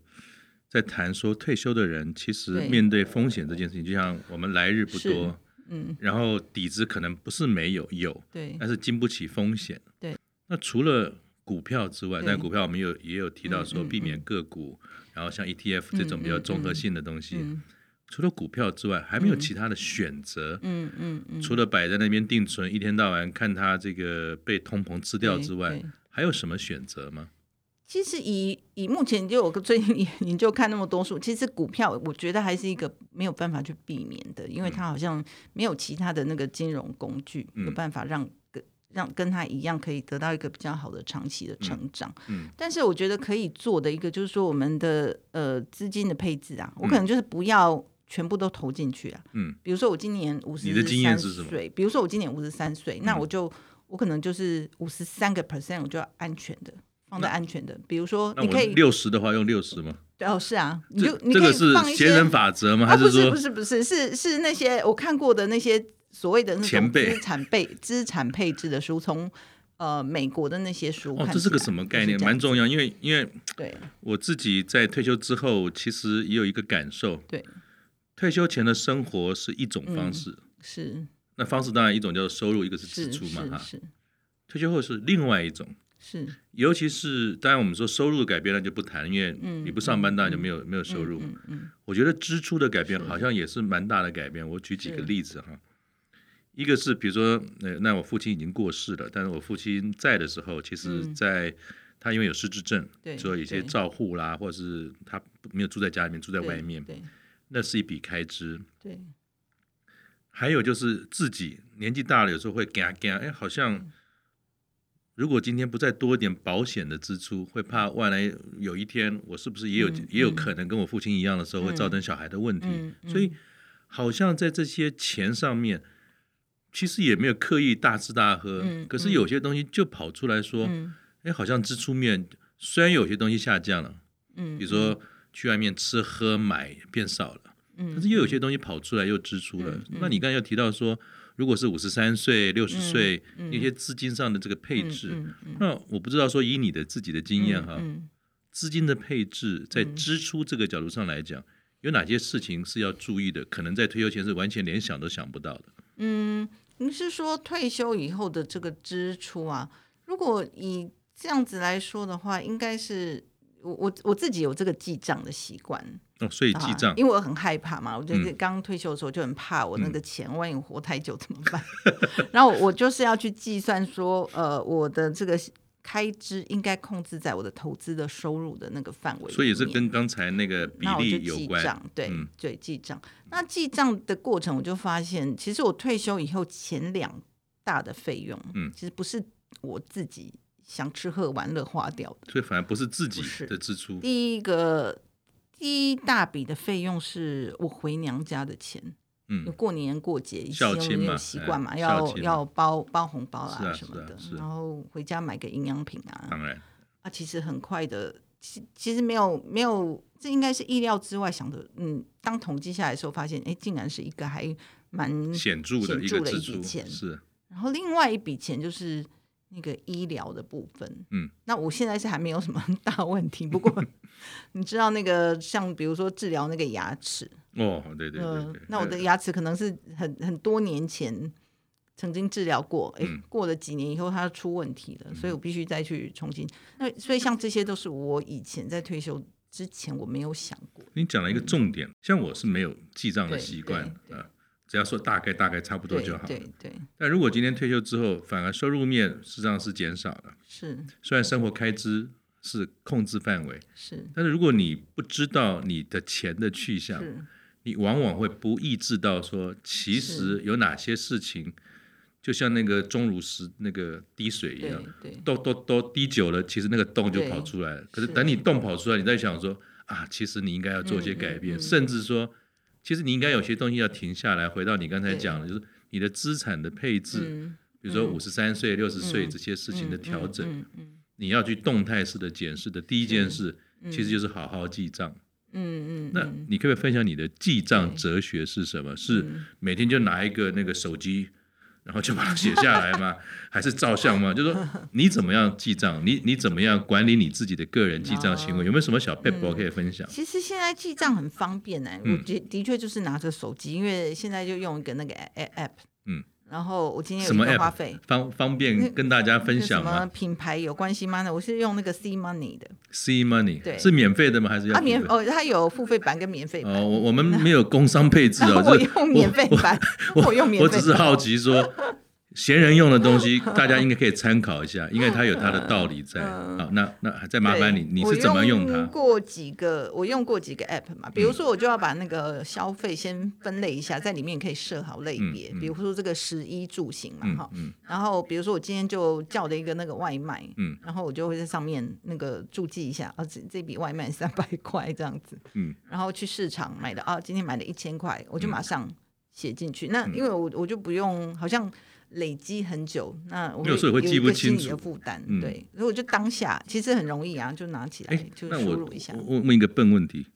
S2: 在谈说退休的人其实
S3: 对
S2: 面对风险这件事情，就像我们来日不
S3: 是
S2: 多，
S3: 嗯，
S2: 然后底子可能不是没有有，
S3: 对
S2: 但是经不起风险。
S3: 对，
S2: 那除了股票之外，
S3: 对
S2: 但股票我们有也有提到说
S3: 嗯嗯
S2: 避免个股，然后像 ETF 这种比较
S3: 嗯嗯
S2: 综合性的东西，
S3: 嗯
S2: 除了股票之外，还没有其他的选择。
S3: 嗯嗯嗯，
S2: 除了摆在那边定存，一天到晚看它这个被通膨吃掉
S3: 对
S2: 之外
S3: 对，
S2: 还有什么选择吗？
S3: 其实以以目前就我最近研究看那么多数，其实股票我觉得还是一个没有办法去避免的，因为它好像没有其他的那个金融工具、
S2: 嗯
S3: 有办法让跟让跟它一样可以得到一个比较好的长期的成长。
S2: 嗯嗯
S3: 但是我觉得可以做的一个就是说我们的呃资金的配置啊，我可能就是不要全部都投进去啊。
S2: 嗯，
S3: 比如说我今年五十，
S2: 你的经验是什么嗯
S3: 岁，比如说我今年五十三岁，那我就、我可能就是五十三个 percent，我就要安全的放在安全的。比如说
S2: 嗯那
S3: 你
S2: 我
S3: 可以
S2: 六十的话用六十吗？
S3: 对哦，是啊，你
S2: 这
S3: 就你
S2: 这
S3: 可
S2: 个
S3: 以
S2: 是
S3: 放一些
S2: 闲人法则吗？
S3: 啊，
S2: 还
S3: 不是
S2: 说
S3: 不是不是是是那些我看过的那些所谓的那
S2: 前
S3: 种
S2: 辈
S3: 资产配资产配置的书，从呃美国的那些书看起
S2: 哦
S3: 来，，
S2: 这是个什么概念？
S3: 就是这样
S2: 蛮重要，因为因为
S3: 对
S2: 我自己在退休之后，其实也有一个感受，
S3: 对
S2: 退休前的生活是一种方式，
S3: 是
S2: 那方式当然一种叫做收入，一个是支
S3: 是
S2: 出
S3: 嗯是
S2: 嘛哈。
S3: 是
S2: 退休后是另外一种，
S3: 是
S2: 尤其是当然我们说收入的改变那就不谈，因为
S3: 嗯
S2: 你不上班当然就没有、没有收入。
S3: 嗯嗯
S2: 我觉得支出的改变
S3: 是
S2: 好像也是蛮大的改变。我举几个
S3: 是
S2: 例子哈，一个是比如说，呃，那我父亲已经过世了，但是我父亲在的时候，其实
S3: 嗯
S2: 在、他因为有失智症，
S3: 对
S2: 所以有些
S3: 对
S2: 照护啦，或者是他没有住在家里面，住在
S3: 在
S2: 外面，
S3: 对
S2: 那是一笔开支。
S3: 对
S2: 还有就是自己年纪大了，有时候会嘎嘎，哎，好像
S3: 嗯
S2: 如果今天不再多一点保险的支出，会怕万来有一天我是不是也有、
S3: 嗯
S2: 也有可能跟我父亲一样的时候，
S3: 嗯
S2: 会造成小孩的问题。
S3: 嗯嗯
S2: 所以好像在这些钱上面，其实也没有刻意大吃大喝，
S3: 嗯
S2: 可是有些东西就跑出来说，哎、
S3: 嗯
S2: 好像支出面虽然有些东西下降了，
S3: 嗯，
S2: 比如说去外面吃喝买变少了，
S3: 嗯
S2: 但是又有些东西跑出来又支出了。那你刚才又提到说，如果是五十三岁、六十岁，那些资金上的这个配置，
S3: 嗯嗯
S2: 那我不知道说以你的自己的经验哈，
S3: 嗯
S2: 资金的配置在支出这个角度上来讲，有哪些事情是要注意的？可能在退休前是完全连想都想不到的。
S3: 嗯，您是说退休以后的这个支出啊？如果以这样子来说的话，应该是我我我自己有这个记账的习惯，
S2: 哦，所以记账
S3: 啊，因为我很害怕嘛。我觉得
S2: 嗯
S3: 刚退休的时候就很怕，我那个钱、万一我活太久怎么办？ *laughs* 然后我就是要去计算说，呃，我的这个开支应该控制在我的投资的收入的那个范围里面，
S2: 所以是跟刚才那个比
S3: 那我就
S2: 例有
S3: 记
S2: 关。
S3: 账，对、
S2: 嗯
S3: 对，记账。那记账的过程，我就发现，其实我退休以后前两大的费用，
S2: 嗯
S3: 其实不是我自己想吃喝玩乐花掉的。
S2: 所以反而不是自己
S3: 不是
S2: 的支出，
S3: 第一个第一大笔的费用是我回娘家的钱，
S2: 嗯
S3: 有，过年过节以前
S2: 孝
S3: 我
S2: 亲
S3: 们
S2: 嘛
S3: 有习惯嘛，
S2: 哎孝
S3: 要
S2: 亲嘛
S3: 要包包红包
S2: 是
S3: 啦、
S2: 啊
S3: 什么
S2: 是啊
S3: 的，
S2: 是啊嗯
S3: 然后回家买个营养品啊，
S2: 当然，
S3: 啊，其实很快的，其其实没有没有，这应该是意料之外想的。嗯，当统计下来的时候，发现哎，竟然是一个还蛮。
S2: 显著的
S3: 嗯显
S2: 一
S3: 著
S2: 个
S3: 的
S2: 支
S3: 一笔
S2: 出
S3: 钱
S2: 是，
S3: 然后另外一笔钱就是那个医疗的部分。
S2: 嗯，
S3: 那我现在是还没有什么 *laughs* 大问题，
S2: *laughs*
S3: 不过你知道那个像比如说治疗那个牙齿，
S2: 哦，对对对
S3: 嗯，
S2: 对，呃
S3: 那我的牙齿可能是很很多年前曾经治疗过，哎、
S2: 嗯
S3: 过了几年以后它出问题了，所以我必须再去重新。那所以像这些都是我以前在退休之前我没有想过。
S2: 你讲了一个重点，像我是没有记账的
S3: 嗯对
S2: 习惯
S3: 对
S2: 啊，只要说大概大概差不多
S3: 对
S2: 就好。
S3: 对对，
S2: 但如果今天退休之后，反而收入面实际上是减少了，
S3: 是
S2: 虽然生活开支是控制范围，
S3: 是
S2: 但是如果你不知道你的钱的去向，
S3: 是，
S2: 你往往会不意识到说，其实有哪些事情，就像那个钟乳石那个滴水一
S3: 对
S2: 样，
S3: 对
S2: 都都都滴久了，其实那个洞就
S3: 对
S2: 跑出来了。可是
S3: 是
S2: 等你洞跑出来，你再想说啊，其实你应该要做一些
S3: 嗯嗯
S2: 改变，
S3: 嗯
S2: 甚至说，其实你应该有些东西要停下来。回到你刚才
S3: 对
S2: 讲的，就是你的资产的配置，
S3: 嗯，
S2: 比如说
S3: 嗯
S2: 五十三岁、六十岁
S3: 嗯
S2: 这些事情的
S3: 嗯
S2: 调
S3: 嗯
S2: 整，
S3: 嗯嗯
S2: 你要去动态式的检视的。第一件事，其实就是好好记账。
S3: 嗯嗯，
S2: 那
S3: 嗯
S2: 你可不可以分享你的记账
S3: 对
S2: 哲学是什么？是
S3: 嗯
S2: 每天就拿一个那个手机，然后就把它写下来
S3: *laughs*
S2: 吗？还是照相吗？就说你怎么样记账，你你怎么样管理你自己的个人记账
S3: 哦
S2: 行为？有没有什么小 p e
S3: 嗯
S2: p 可以分享？
S3: 其实现在记账很方便哎、
S2: 嗯
S3: 我的的确就是拿着手机，因为现在就用一个那个 a- a- app，
S2: 嗯，
S3: 然后我今天有
S2: 什
S3: 一
S2: 么
S3: 个花
S2: app
S3: 费。
S2: 方方便跟大家分
S3: 跟什
S2: 享
S3: 么
S2: 吗
S3: 品牌有关系吗？呢，我是用那个 C Money 的，
S2: ？C Money
S3: 对
S2: 是免费的吗？还是要
S3: 啊免
S2: 付费？
S3: 哦，它有付费版跟免费版，
S2: 哦，我我们没有工商配置哦，
S3: *laughs* 我
S2: 这
S3: 用免费版， *laughs*
S2: 我
S3: 用免
S2: 我
S3: 费
S2: 只是
S3: 版哦
S2: 好奇说，闲人用的东西，大家应该可以参考一下，因为它有它的道理在。好，那那再麻烦你，
S3: 嗯对
S2: 你
S3: 我
S2: 是怎么用
S3: 用
S2: 它？嗯
S3: 过几个，我用过几个 app 嘛，比如说我就要把那个消费先分类一下，在里面可以设好类别，
S2: 嗯嗯
S3: 比如说这个食衣住行嘛，
S2: 嗯
S3: 哈、
S2: 嗯
S3: 然后比如说我今天就叫了一个那个外卖，
S2: 嗯
S3: 然后我就会在上面那个注记一下，啊，这这笔外卖三百块这样子，
S2: 嗯，
S3: 然后去市场买的啊，今天买了一千块，我就马上写进去。
S2: 嗯
S3: 那因为我我就不用好像累积很久，那我
S2: 有时候
S3: 会
S2: 会
S3: 有
S2: 记
S3: 一
S2: 不
S3: 个心
S2: 清
S3: 理
S2: 楚
S3: 的负担，
S2: 嗯
S3: 对，所以我就当下其实很容易啊，就拿起来
S2: 哎，
S3: 就
S2: 那
S3: 输
S2: 我
S3: 入一下。
S2: 问问一个笨问题，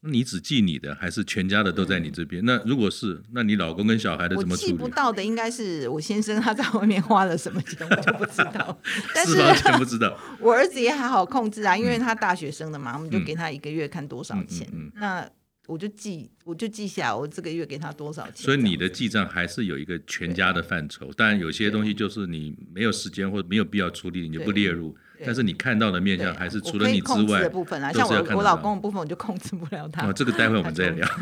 S2: 那你只记你的，还是全家的都在你这边？那如果是，那你老公跟小孩的
S3: 嗯我
S2: 怎么
S3: 记
S2: 处
S3: 不
S2: 理？
S3: 到的应该是我先生他在外面花了什么钱，我就不知道。
S2: *laughs*
S3: 但是
S2: 是完全不知
S3: *laughs*
S2: 道。
S3: 我儿子也还好控制啊，因为他大学生的嘛，我们就给他一个月看多少钱。
S2: 嗯嗯嗯
S3: 那我就记，我就记下我这个月给他多少钱。
S2: 所以
S3: 这样
S2: 你的记账还是有一个全家的范畴，当然有些东西就是你没有时间或者没有必要处理，你就不
S3: 对
S2: 列入。
S3: 对
S2: 但是你看到的面
S3: 对
S2: 相
S3: 啊
S2: 还是
S3: 我
S2: 除了
S3: 可以
S2: 你之
S3: 控制
S2: 外
S3: 的，部分啊，
S2: 都是
S3: 像
S2: 要
S3: 我
S2: 看得
S3: 我老
S2: 到
S3: 公的部分，我就控制不了他。
S2: 哦，这个待会我们再聊。 *laughs*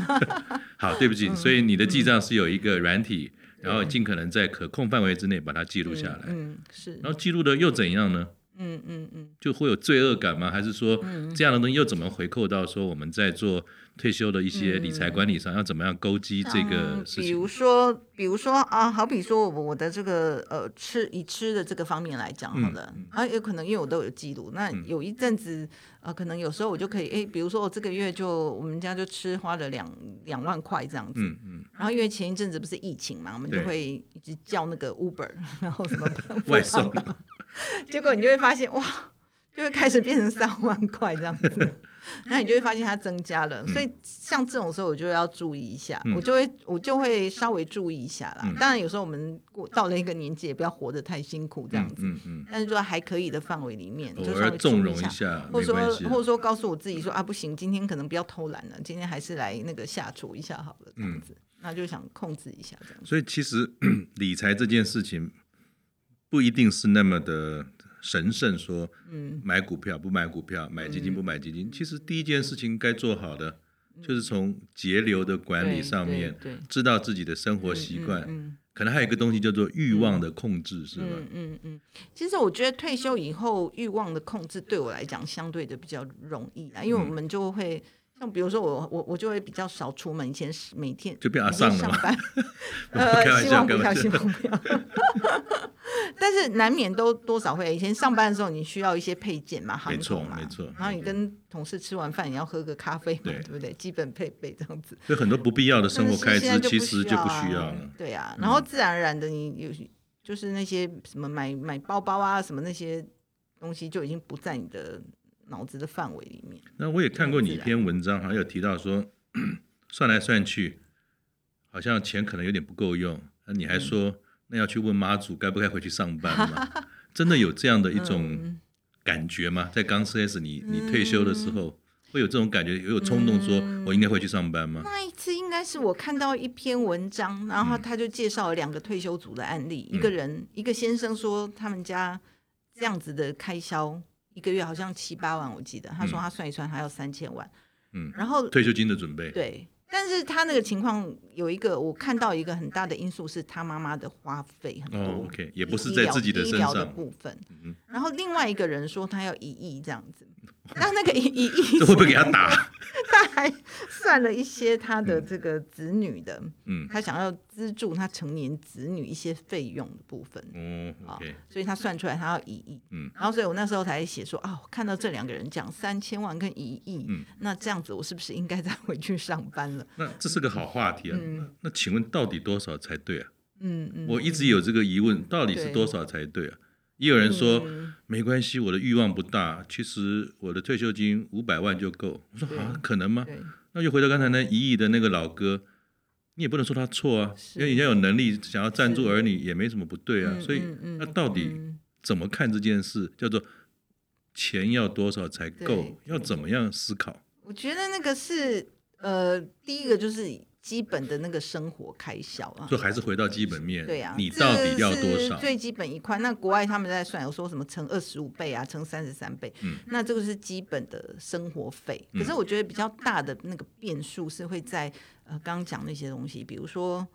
S2: 好，对不起，
S3: 嗯
S2: 所以你的记账是有一个软体，然后尽可能在可控范围之内把它记录下来。
S3: 嗯，是，
S2: 然后记录的又怎样呢？
S3: 嗯嗯嗯，
S2: 就会有罪恶感吗？还是说这样的东西又怎么回扣到说我们在做退休的一些理财管理上，要怎么样勾击这个
S3: 像
S2: 事
S3: 嗯啊比如
S2: 情？
S3: 说，比如说啊，好比说我我的这个呃吃以吃的这个方面来讲
S2: 嗯
S3: 好了，啊，有可能因为我都有记录，那有一阵子呃，可能有时候我就可以，哎，比如说我这个月就我们家就吃花了两两万块这样子，
S2: 嗯嗯，
S3: 然后因为前一阵子不是疫情嘛，我们就
S2: 对
S3: 会一直叫那个 Uber，然后什么
S2: 外送 *laughs*
S3: 结果你就会发现哇，就会开始变成三万块这样子。那你就会发现它增加了。所以像这种时候，我就要注意一下，
S2: 嗯
S3: 我就会我就会稍微注意一下啦。
S2: 嗯
S3: 当然，有时候我们过到了一个年纪，也不要活得太辛苦这样
S2: 嗯
S3: 子。
S2: 嗯
S3: *laughs*
S2: 嗯，
S3: 但是说还可以的范围里面，
S2: 偶
S3: 就稍
S2: 尔
S3: 微注
S2: 纵
S3: 意
S2: 容
S3: 一下
S2: 一，下
S3: 或
S2: 没
S3: 者
S2: 关
S3: 说
S2: 系。啊
S3: 或者说告诉我自己说啊，不行，今天可能不要偷懒了，今天还是来那个下厨一下好了，这样
S2: 嗯
S3: 子，那就想控制一下这样子。
S2: 所以其实 *clears throat* 理财这件事情不一定是那么的神圣，说
S3: 嗯
S2: 买股票不买股票，买基金不买基金。其实第一件事情该做好的，就是从节流的管理
S3: 嗯对
S2: 上
S3: 对
S2: 面，
S3: 对，
S2: 知道自己的生活习惯。
S3: 嗯
S2: 可能还有一个东西叫做欲望的控制，是吧
S3: 嗯？嗯嗯。其实我觉得退休以后欲望的控制对我来讲相对的比较容易啦，因
S2: 嗯
S3: 为我们就会。像比如说我我我就会比较少出门，以前是每天
S2: 就变阿
S3: 每天
S2: 丧了
S3: 上
S2: 嘛 *laughs*
S3: 班，
S2: 开
S3: 呃，
S2: 玩
S3: 希
S2: 笑
S3: 望不
S2: 开
S3: 要，
S2: 玩笑
S3: 希望不要。 *laughs* 但是难免都多少会，以前上班的时候你需要一些配件嘛，行
S2: 没错
S3: 头嘛，
S2: 没错
S3: 然后你跟同事吃完饭，你要喝个咖啡嘛，
S2: 对
S3: 对不对？基本配备这样子。
S2: 所以很多不必要的生活开支
S3: 但是
S2: 其
S3: 现在
S2: 实就不需要
S3: 啊
S2: 了。嗯
S3: 对啊，然后自然而然的，你有就是那些什么买买包包啊，什么那些东西就已经不在你的脑子的范围里面。
S2: 那我也看过你一篇文章，好像有提到说， *clears throat* 算来算去，好像钱可能有点不够用。那你还说，那要去问妈祖该不该回去上班嘛？真的有这样的一种感觉吗？在刚 CS 你你退休的时候，会有这种感觉，有有冲动说、我应该回去上班吗？
S3: 那一次应该是我看到一篇文章，然
S2: 嗯
S3: 后他就介绍了两个退休族的案例，一个人一个先生说他们家这样子的开销一个月好像七八万，我记得他说他算一算还要三千万，
S2: 嗯
S3: 然后
S2: 退休金的准备，
S3: 对，但是他那个情况有一个我看到一个很大的因素是他妈妈的花费很多、
S2: 哦，OK，也不是
S3: 医
S2: 在
S3: 疗
S2: 自己的
S3: 医
S2: 身
S3: 疗的
S2: 上嗯
S3: 部分，
S2: 哼
S3: 然后另外一个人说他要一亿这样
S2: *laughs*
S3: 子，那那个一一亿
S2: 这会不会给他打？
S3: 他还算了一些他的这个子女的，
S2: 嗯，
S3: 他想要资助他成年子女一些费用的部分。
S2: 哦
S3: 啊
S2: ，OK，，
S3: 所以他算出来他要一亿，
S2: 嗯，
S3: 然后所以我那时候才写说，啊，我看到这两个人讲三千万跟一亿，
S2: 嗯，
S3: 那这样子我是不是应该再回去上班了？
S2: 那这是个好话题啊。那那请问到底多少才对啊？
S3: 嗯嗯，
S2: 我一直有这个疑问，到底是
S3: 对
S2: 多少才对啊？也有人说、没关系，我的欲望不大，其实我的退休金五百万就够。我说
S3: 对
S2: 啊，可能吗？
S3: 对，
S2: 那就回到刚才那一亿的那个老哥，你也不能说他错啊，
S3: 是
S2: 因为人家有能力想要赞助
S3: 是
S2: 儿女也没什么不对啊。
S3: 嗯
S2: 所以
S3: 嗯嗯
S2: 那到底
S3: 嗯
S2: 怎么看这件事？叫做钱要多少才够？
S3: 对
S2: 要怎么样思考？
S3: 我觉得那个是呃，第一个就是基本的那个生活开销啊
S2: 就。还是回到基本面，
S3: 对呀、啊
S2: 你到底要多
S3: 这
S2: 少
S3: 是？最基本一块。那国外他们在算，有说什么乘二十五倍啊，乘三十三倍，
S2: 嗯
S3: 那这个是基本的生活费。
S2: 嗯
S3: 可是我觉得比较大的那个变数是会在呃刚刚讲那些东西，比如说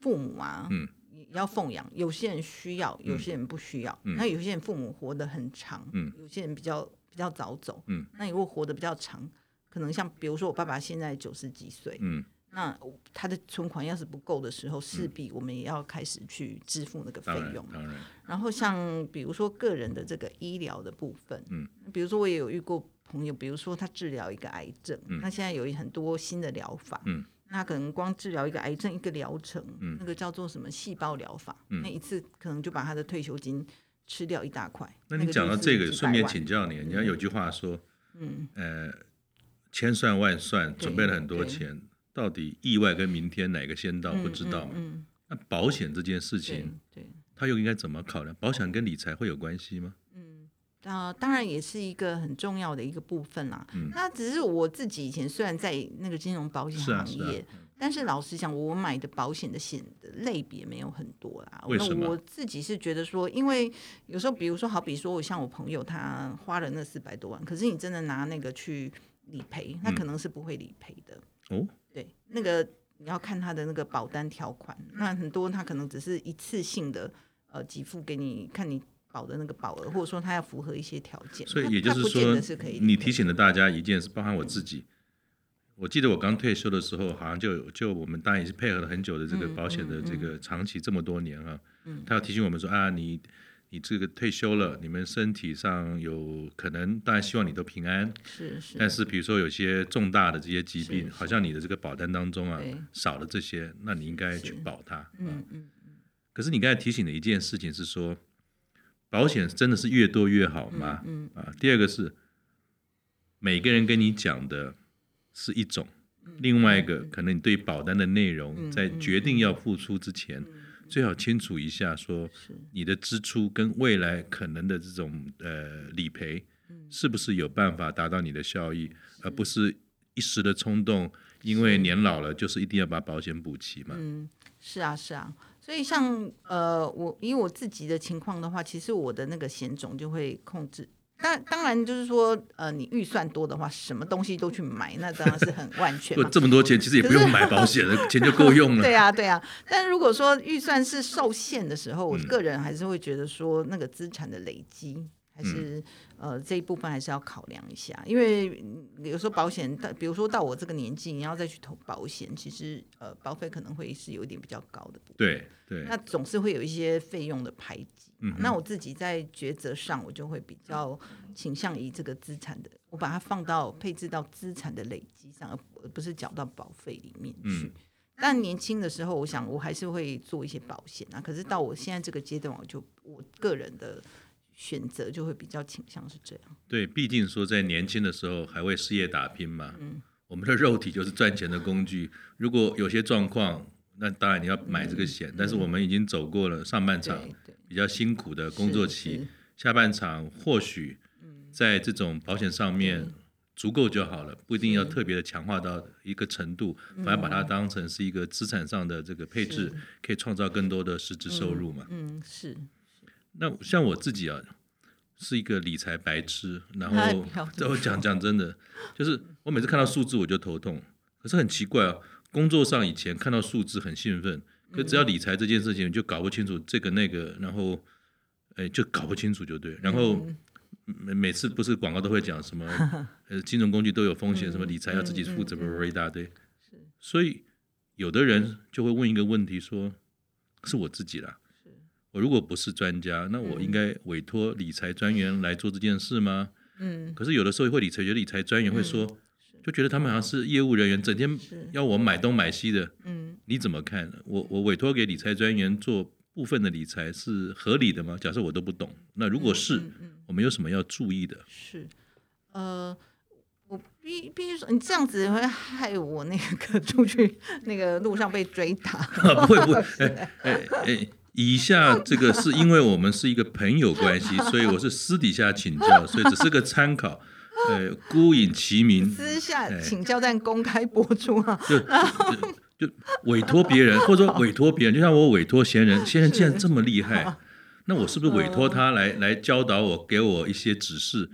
S3: 父母啊，
S2: 嗯，
S3: 要奉养，有些人需要，有些人不需要。
S2: 嗯
S3: 那有些人父母活得很长，
S2: 嗯，
S3: 有些人比较比较早走，
S2: 嗯，
S3: 那你如果活得比较长，可能像比如说我爸爸现在九十几岁，
S2: 嗯，
S3: 那他的存款要是不够的时候，势必我们也要开始去支付那个费
S2: 当然
S3: 用。啊
S2: 当然，
S3: 然后像比如说个人的这个医疗的部分，
S2: 嗯，
S3: 比如说我也有遇过朋友，比如说他治疗一个癌症，
S2: 嗯
S3: 那现在有很多新的疗法，
S2: 嗯，
S3: 那可能光治疗一个癌症一个疗程，
S2: 嗯
S3: 那个叫做什么细胞疗法，
S2: 嗯
S3: 那一次可能就把他的退休金吃掉一大块。
S2: 那
S3: 个
S2: 你
S3: 就
S2: 讲到
S3: 是
S2: 这个，
S3: 几百
S2: 顺便
S3: 万
S2: 请教你，人家有句话说，
S3: 嗯，
S2: 呃，千算万算，准备了很多
S3: 对
S2: 钱，到底意外跟明天哪个先到不知道嘛？
S3: 嗯，嗯
S2: 那保险这件事
S3: 对
S2: 情，
S3: 对。
S2: 它又应该怎么考量？保险跟理财会有关系吗？
S3: 啊、当然也是一个很重要的一个部分啦。
S2: 嗯
S3: 那只是我自己以前虽然在那个金融保险
S2: 是啊
S3: 行
S2: 是啊
S3: 业，但是老实讲，我买的保险的险的类别没有很多啦。
S2: 为什么
S3: 那我自己是觉得说，因为有时候，比如说，好比说我像我朋友他花了那四百多万，可是你真的拿那个去理赔，
S2: 嗯
S3: 那可能是不会理赔的。
S2: 哦，
S3: 对，那个你要看他的那个保单条款，那很多他可能只是一次性的呃给付给你，看你保的那个保额，或者说他要符合一些条件，
S2: 所以
S3: 他
S2: 也就
S3: 他不见
S2: 说，
S3: 得是可以
S2: 你提醒了大家一件事，包含我自己。我记得我刚退休的时候，好像就有就我们当然也是配合了很久的这个
S3: 嗯
S2: 保险的这个长期这么多年啊，他要提醒我们说啊，你你这个退休了，你们身体上有可能，当然希望你都平安，
S3: 是是，
S2: 但是比如说有些重大的这些疾病，
S3: 是
S2: 好像你的这个保单当中啊
S3: 对
S2: 少了这些，那你应该去保它。
S3: 嗯嗯，
S2: 可是你刚才提醒的一件事情是说，保险真的是越多越好吗？
S3: 嗯
S2: 啊，第二个是每个人跟你讲的是一种，
S3: 嗯
S2: 另外一个可能你对保单的内容，在决
S3: 嗯
S2: 定要付出之前，最好清楚一下，说你的支出跟未来可能的这种呃理赔，
S3: 嗯
S2: 是不是有办法达到你的效益，而不是一时的冲动，因为年老了就是一定要把保险补齐嘛。
S3: 是啊，是啊。所以像呃，我以我自己的情况的话，其实我的那个险种就会控制。当当然就是说，呃，你预算多的话，什么东西都去买，那当然是很万全
S2: 不
S3: 嘛
S2: 过。这么多钱，其实也不用买保险
S3: *laughs*
S2: 了，钱就够用了。
S3: 对啊，对啊。但如果说预算是受限的时候，
S2: 嗯
S3: 我个人还是会觉得说，那个资产的累积还是、
S2: 嗯
S3: 呃这一部分还是要考量一下，因为嗯有时候保险，到比如说到我这个年纪，你要再去投保险，其实呃保费可能会是有一点比较高的部分。
S2: 对对
S3: 那总是会有一些费用的排挤嘛。
S2: 嗯哼
S3: 那我自己在抉择上，我就会比较倾向于这个资产的，我把它放到配置到资产的累积上，而不而不是缴到保费里面去。
S2: 嗯
S3: 但年轻的时候，我想我还是会做一些保险啊。可是到我现在这个阶段，我就我个人的选择就会比较倾向是这样。
S2: 对，毕竟说在年轻的时候还为事业打拼嘛。
S3: 嗯
S2: 我们的肉体就是赚钱的工具。如果有些状况，那当然你要买这个险。但是我们已经走过了上半场
S3: 嗯对对，
S2: 比较辛苦的工作期，
S3: 是嗯是
S2: 下半场或许在这种保险上
S3: 嗯
S2: 面足够就好了，不一定要特别的强化到一个程度，
S3: 嗯
S2: 反而把它当成是一个资产上的这个配置，可以创造更多的实质收入嘛。
S3: 嗯，是
S2: 那像我自己啊，是一个理财白痴，然
S3: 哎
S2: 后
S3: 不要这
S2: *laughs* 这
S3: 么
S2: 我讲讲真的，就是我每次看到数字我就头痛，可是很奇怪啊，工作上以前看到数字很兴奋，可只要理财这件事情就搞不清楚这个那个，然后哎就搞不清楚就对，然后。每每次不是广告都会讲什么，呃，金融工具都有风险，什么理财要自己负责，不不一大堆。所以有的人就会问一个问题说，是我自己啦，我如果不是专家，那我应该委托理财专员来做这件事吗？
S3: 嗯，
S2: 可是有的时候会理财学理财专员会说，就觉得他们好像是业务人员，整天要我买东买西的。
S3: 嗯，
S2: 你怎么看？我我委托给理财专员做部分的理财是合理的吗？假设我都不懂，那如果是，
S3: 嗯
S2: 我们有什么要注意的？
S3: 是，呃，我必必须说，你这样子会害我那个出去那个路上被追打。
S2: 不会不会，哎哎哎，以下这个是因为我们是一个朋友关系，所以我是私底下请教，所以只是个参考。呃，孤影其名，
S3: 私下
S2: 哎
S3: 请教，但公开播出啊！
S2: 就就就委托别人，或者说委托别人，就像我委托闲人，闲人既然这么厉害，那我是不是委托他
S3: 哦
S2: 来来教导我，给我一些指示，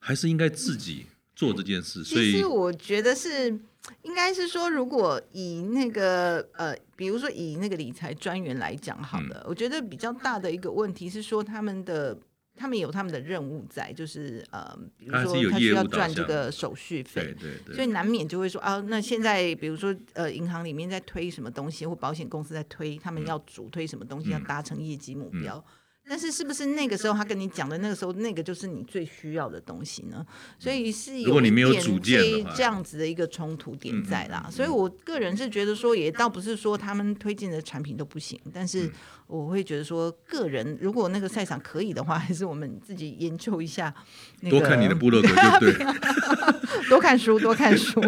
S2: 还是应该自己做这件事？所
S3: 其
S2: 以
S3: 实我觉得是，应该是说，如果以那个呃，比如说以那个理财专员来讲好
S2: 嗯
S3: 了，我觉得比较大的一个问题是说他们的。他们有他们的任务在，就是呃，比如
S2: 他还是
S3: 说
S2: 有
S3: 他
S2: 业
S3: 需要
S2: 务导
S3: 赚这
S2: 向
S3: 个手续费
S2: 对，对对，
S3: 所以难免就会说啊，那现在比如说呃，银行里面在推什么东西，或保险公司在推，他们
S2: 嗯
S3: 要主推什么东西，要达成业绩目标。但是是不是那个时候他跟你讲的那个时候，那个就是你最需要的东西呢？所以是
S2: 嗯如果你没有
S3: 一点
S2: 主见的
S3: 这
S2: 话嗯
S3: 这样子的一个冲突点在啦。所以我个人是觉得说，也倒不是说他们推荐的产品都不行，但
S2: 嗯
S3: 是我会觉得说，个人如果那个赛场可以的话，还是我们自己研究一下、那个。
S2: 多看你的部落格就对了。
S3: *laughs* 多看书，多
S2: *laughs*
S3: 看书。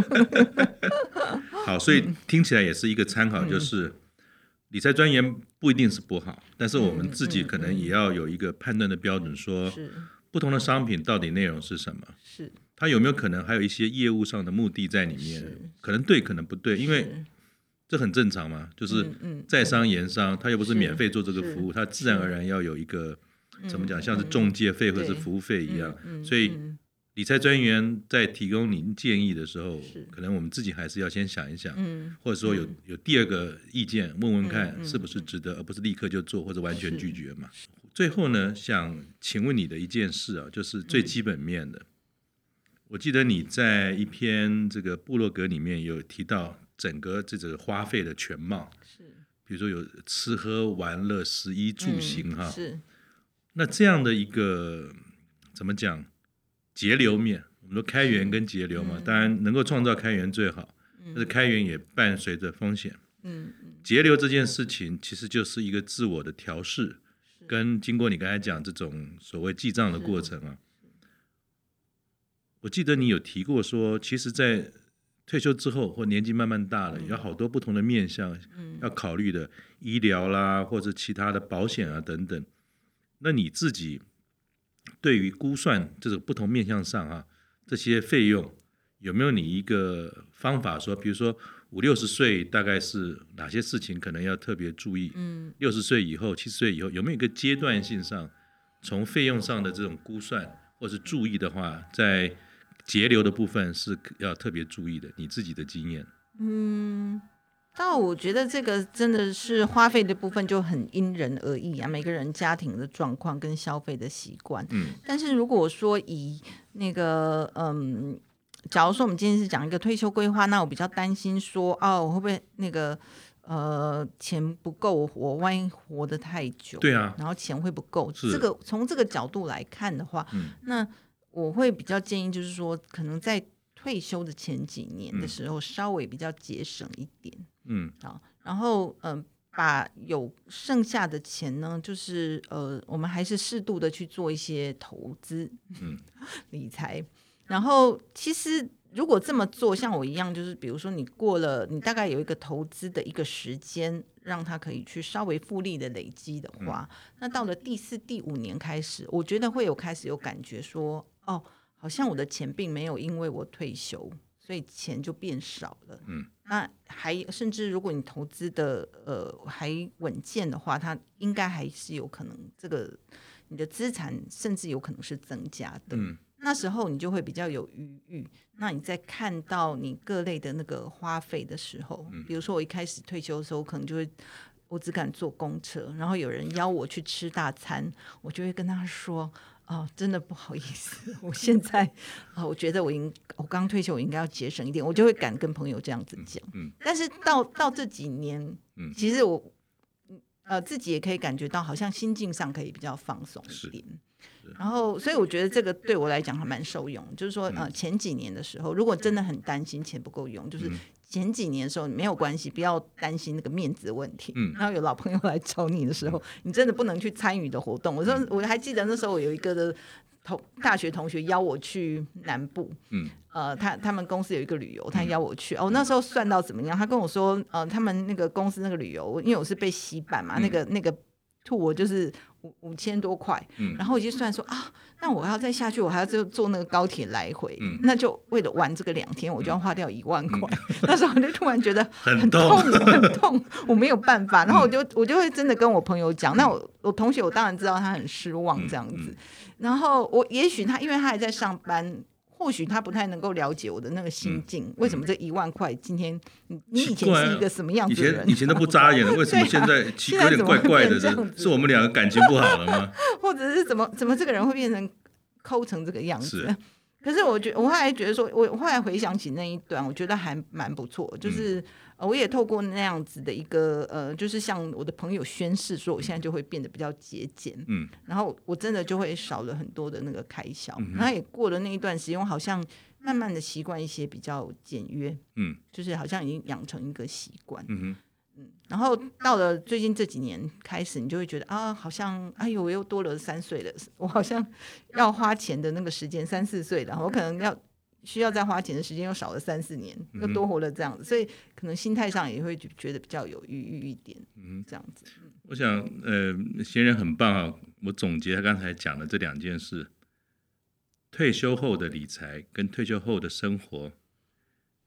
S2: 好，所
S3: 嗯
S2: 以听起来也是一个参考，就是理财专员不一定是不好，但是我们自己可能也要有一个判断的标准，说
S3: 嗯是
S2: 不同的商品到底内容是什么，
S3: 是。
S2: 它有没有可能还有一些业务上的目的在里面，可能对，可能不对，因为这很正常嘛，就是
S3: 嗯
S2: 在商言商，他又不是免费做这个服务，他自然而然要有一个怎么讲，像是中介费或者是
S3: 嗯对
S2: 服务费一样，所以。
S3: 嗯
S2: 理财专员在提供您建议的时候
S3: 是，
S2: 可能我们自己还是要先想一想，
S3: 嗯
S2: 或者说有有第二个意见，问问看是不是值得，而不是立刻就做或者完全拒绝嘛。最后呢，想请问你的一件事啊，就是
S3: 嗯
S2: 最基本面的。我记得你在一篇这个部落格里面有提到整个这个花费的全貌，
S3: 是嗯
S2: 比如说有吃喝玩乐、食衣住行哈、
S3: 是
S2: 那这样的一个怎么讲节流面，我们说开
S3: 嗯
S2: 源跟节流嘛，当然能够创造开源最好，但是开源也伴随着风险。
S3: 嗯
S2: 节流这件事情其实就是一个自我的调试，跟经过你刚才讲这种所谓记账的过程啊，我我记得你有提过说，其实，在退休之后或年纪慢慢大了，有好多不同的面向要考虑的，医疗啦，或者其他的保险啊等等。那你自己对于估算这种不同面向上啊，这些费用有没有你一个方法说，比如说五六十岁大概是哪些事情可能要特别注意？
S3: 嗯，
S2: 六十岁以后、七十岁以后，有没有一个阶段性上从费用上的这种估算或是注意的话，在节流的部分是要特别注意的？你自己的经验，
S3: 但我觉得这个真的是花费的部分就很因人而异啊，每个人家庭的状况跟消费的习惯。
S2: 嗯，
S3: 但是如果说以那个嗯，假如说我们今天是讲一个退休规划，那我比较担心说哦，我会不会那个呃钱不够，我万一活得太久，
S2: 对啊，
S3: 然后钱会不够。
S2: 是
S3: 这个从这个角度来看的话，
S2: 嗯
S3: 那我会比较建议就是说，可能在退休的前几年的
S2: 嗯
S3: 时候，稍微比较节省一点。
S2: 嗯
S3: 好，然后嗯、把有剩下的钱呢，就是呃，我们还是适度的去做一些投资，
S2: 嗯，
S3: 理财。然后其实如果这么做，像我一样，就是比如说你过了，你大概有一个投资的一个时间，让它可以去稍微复利的累积的话，那到了第四、第五年开始，我觉得会有开始有感觉说，哦，好像我的钱并没有因为我退休，所以钱就变少了。那还甚至如果你投资的呃还稳健的话，它应该还是有可能这个你的资产甚至有可能是增加的。
S2: 嗯
S3: 那时候你就会比较有余裕。那你在看到你各类的那个花费的时候，比如说我一开始退休的时候，可能就会。我只敢坐公车，然后有人邀我去吃大餐，我就会跟他说：“哦，真的不好意思，我现在啊、我觉得我应我刚退休，我应该要节省一点，我就会敢跟朋友这样子讲。
S2: 嗯
S3: 但是到到这几年，
S2: 嗯
S3: 其实我呃自己也可以感觉到，好像心境上可以比较放松
S2: 是
S3: 一点。然后，所以我觉得这个对我来讲还蛮受用。就是说，
S2: 嗯
S3: 呃，前几年的时候，如果真的很担心钱不够用，
S2: 嗯
S3: 就是前几年的时候没有关系，不要担心那个面子问题。
S2: 嗯
S3: 然后有老朋友来找你的时候，你真的不能去参与的活动。我说，
S2: 嗯
S3: 我还记得那时候我有一个的同大学同学邀我去南部，
S2: 嗯，
S3: 呃，他他们公司有一个旅游，他邀我去。哦，那时候算到怎么样？他跟我说，呃，他们那个公司那个旅游，因为我是被洗版嘛，那个那个 tour 就是五五千多块，
S2: 嗯
S3: 然后我就算说啊，那我要再下去，我还要就坐那个高铁来回，
S2: 嗯
S3: 那就为了玩这个两天，我就要花掉一万块。 *laughs* 那时候我就突然觉得
S2: 很
S3: 很
S2: 痛嗯
S3: 很
S2: *laughs*
S3: 痛，我没有办法。然后我就我就会真的跟我朋友讲，那我我同学我当然知道他很失望这样子，
S2: 嗯
S3: 然后我也许他因为他还在上班。或许他不太能够了解我的那个心境，为什么这一万块今天你你以前
S2: 嗯奇怪啊
S3: 是一个什么样
S2: 以
S3: 子的人？啊
S2: 前以前都不眨眼的，为什么现在奇
S3: 现在
S2: 有点
S3: 怎么会
S2: 怪怪的？
S3: 变这样
S2: 这
S3: 子
S2: 是我们两个感情不好了吗？
S3: *laughs* 或者是怎么怎么这个人会变成抠成这个样子
S2: 是？
S3: 可是我觉我后来觉得说，我我后来回想起那一段，我觉得还蛮不错，
S2: 嗯
S3: 就是、呃我也透过那样子的一个呃，就是向我的朋友宣誓说，我现在就会变得比较节俭，
S2: 嗯，
S3: 然后我真的就会少了很多的那个开销，然后也过了那一段时间，我好像慢慢的习惯一些比较简约，
S2: 嗯，
S3: 就是好像已经养成一个习惯，
S2: 嗯
S3: 然后到了最近这几年开始，你就会觉得啊，好像哎呦，我又多了三岁了，我好像要花钱的那个时间三四岁了，我可能要需要再花钱的时间又少了三四年，又多活了这样子，所以可能心态上也会觉得比较有余裕一点，嗯，这样子，
S2: 我想，呃，闲人很棒啊！我总结他刚才讲的这两件事：退休后的理财跟退休后的生活，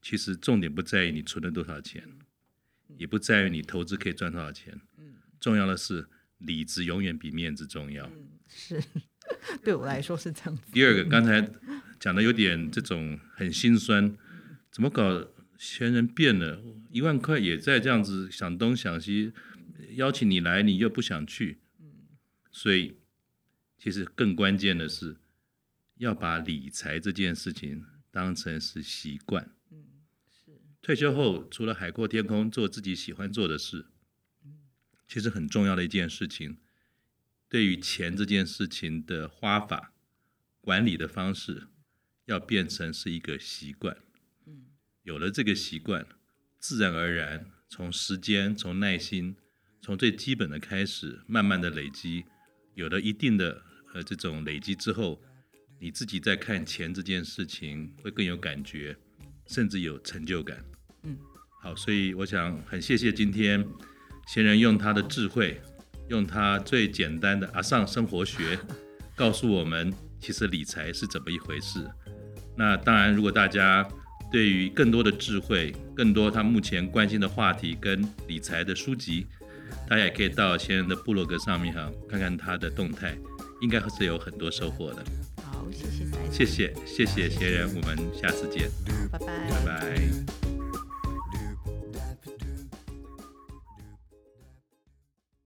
S2: 其实重点不在于你存了多少钱，也不在于你投资可以赚多少钱，重要的是理智永远比面子重要。
S3: 嗯，是 *laughs* 对我来说是这样子，
S2: 第二个，刚才讲的有点这种很心酸，怎么搞？闲人变了，一万块也在这样子想东想西，邀请你来，你又不想去，所以其实更关键的是要把理财这件事情当成是习惯。退休后除了海阔天空做自己喜欢做的事，其实很重要的一件事情，对于钱这件事情的花法，管理的方式要变成是一个习惯。有了这个习惯，自然而然从时间、从耐心、从最基本的开始，慢慢的累积，有了一定的呃这种累积之后，你自己在看钱这件事情会更有感觉，甚至有成就感。
S3: 嗯，
S2: 好，所以我想很谢谢今天贤人用他的智慧，用他最简单的阿尚生活学，告诉我们其实理财是怎么一回事。那当然，如果大家对于更多的智慧、更多他目前关心的话题跟理财的书籍，大家也可以到贤人的部落格上面哈，看看他的动态，应该是有很多收获的。
S3: 好，谢谢大家，
S2: 谢谢，谢谢贤人，我们下次见，
S3: 拜拜
S2: 拜拜。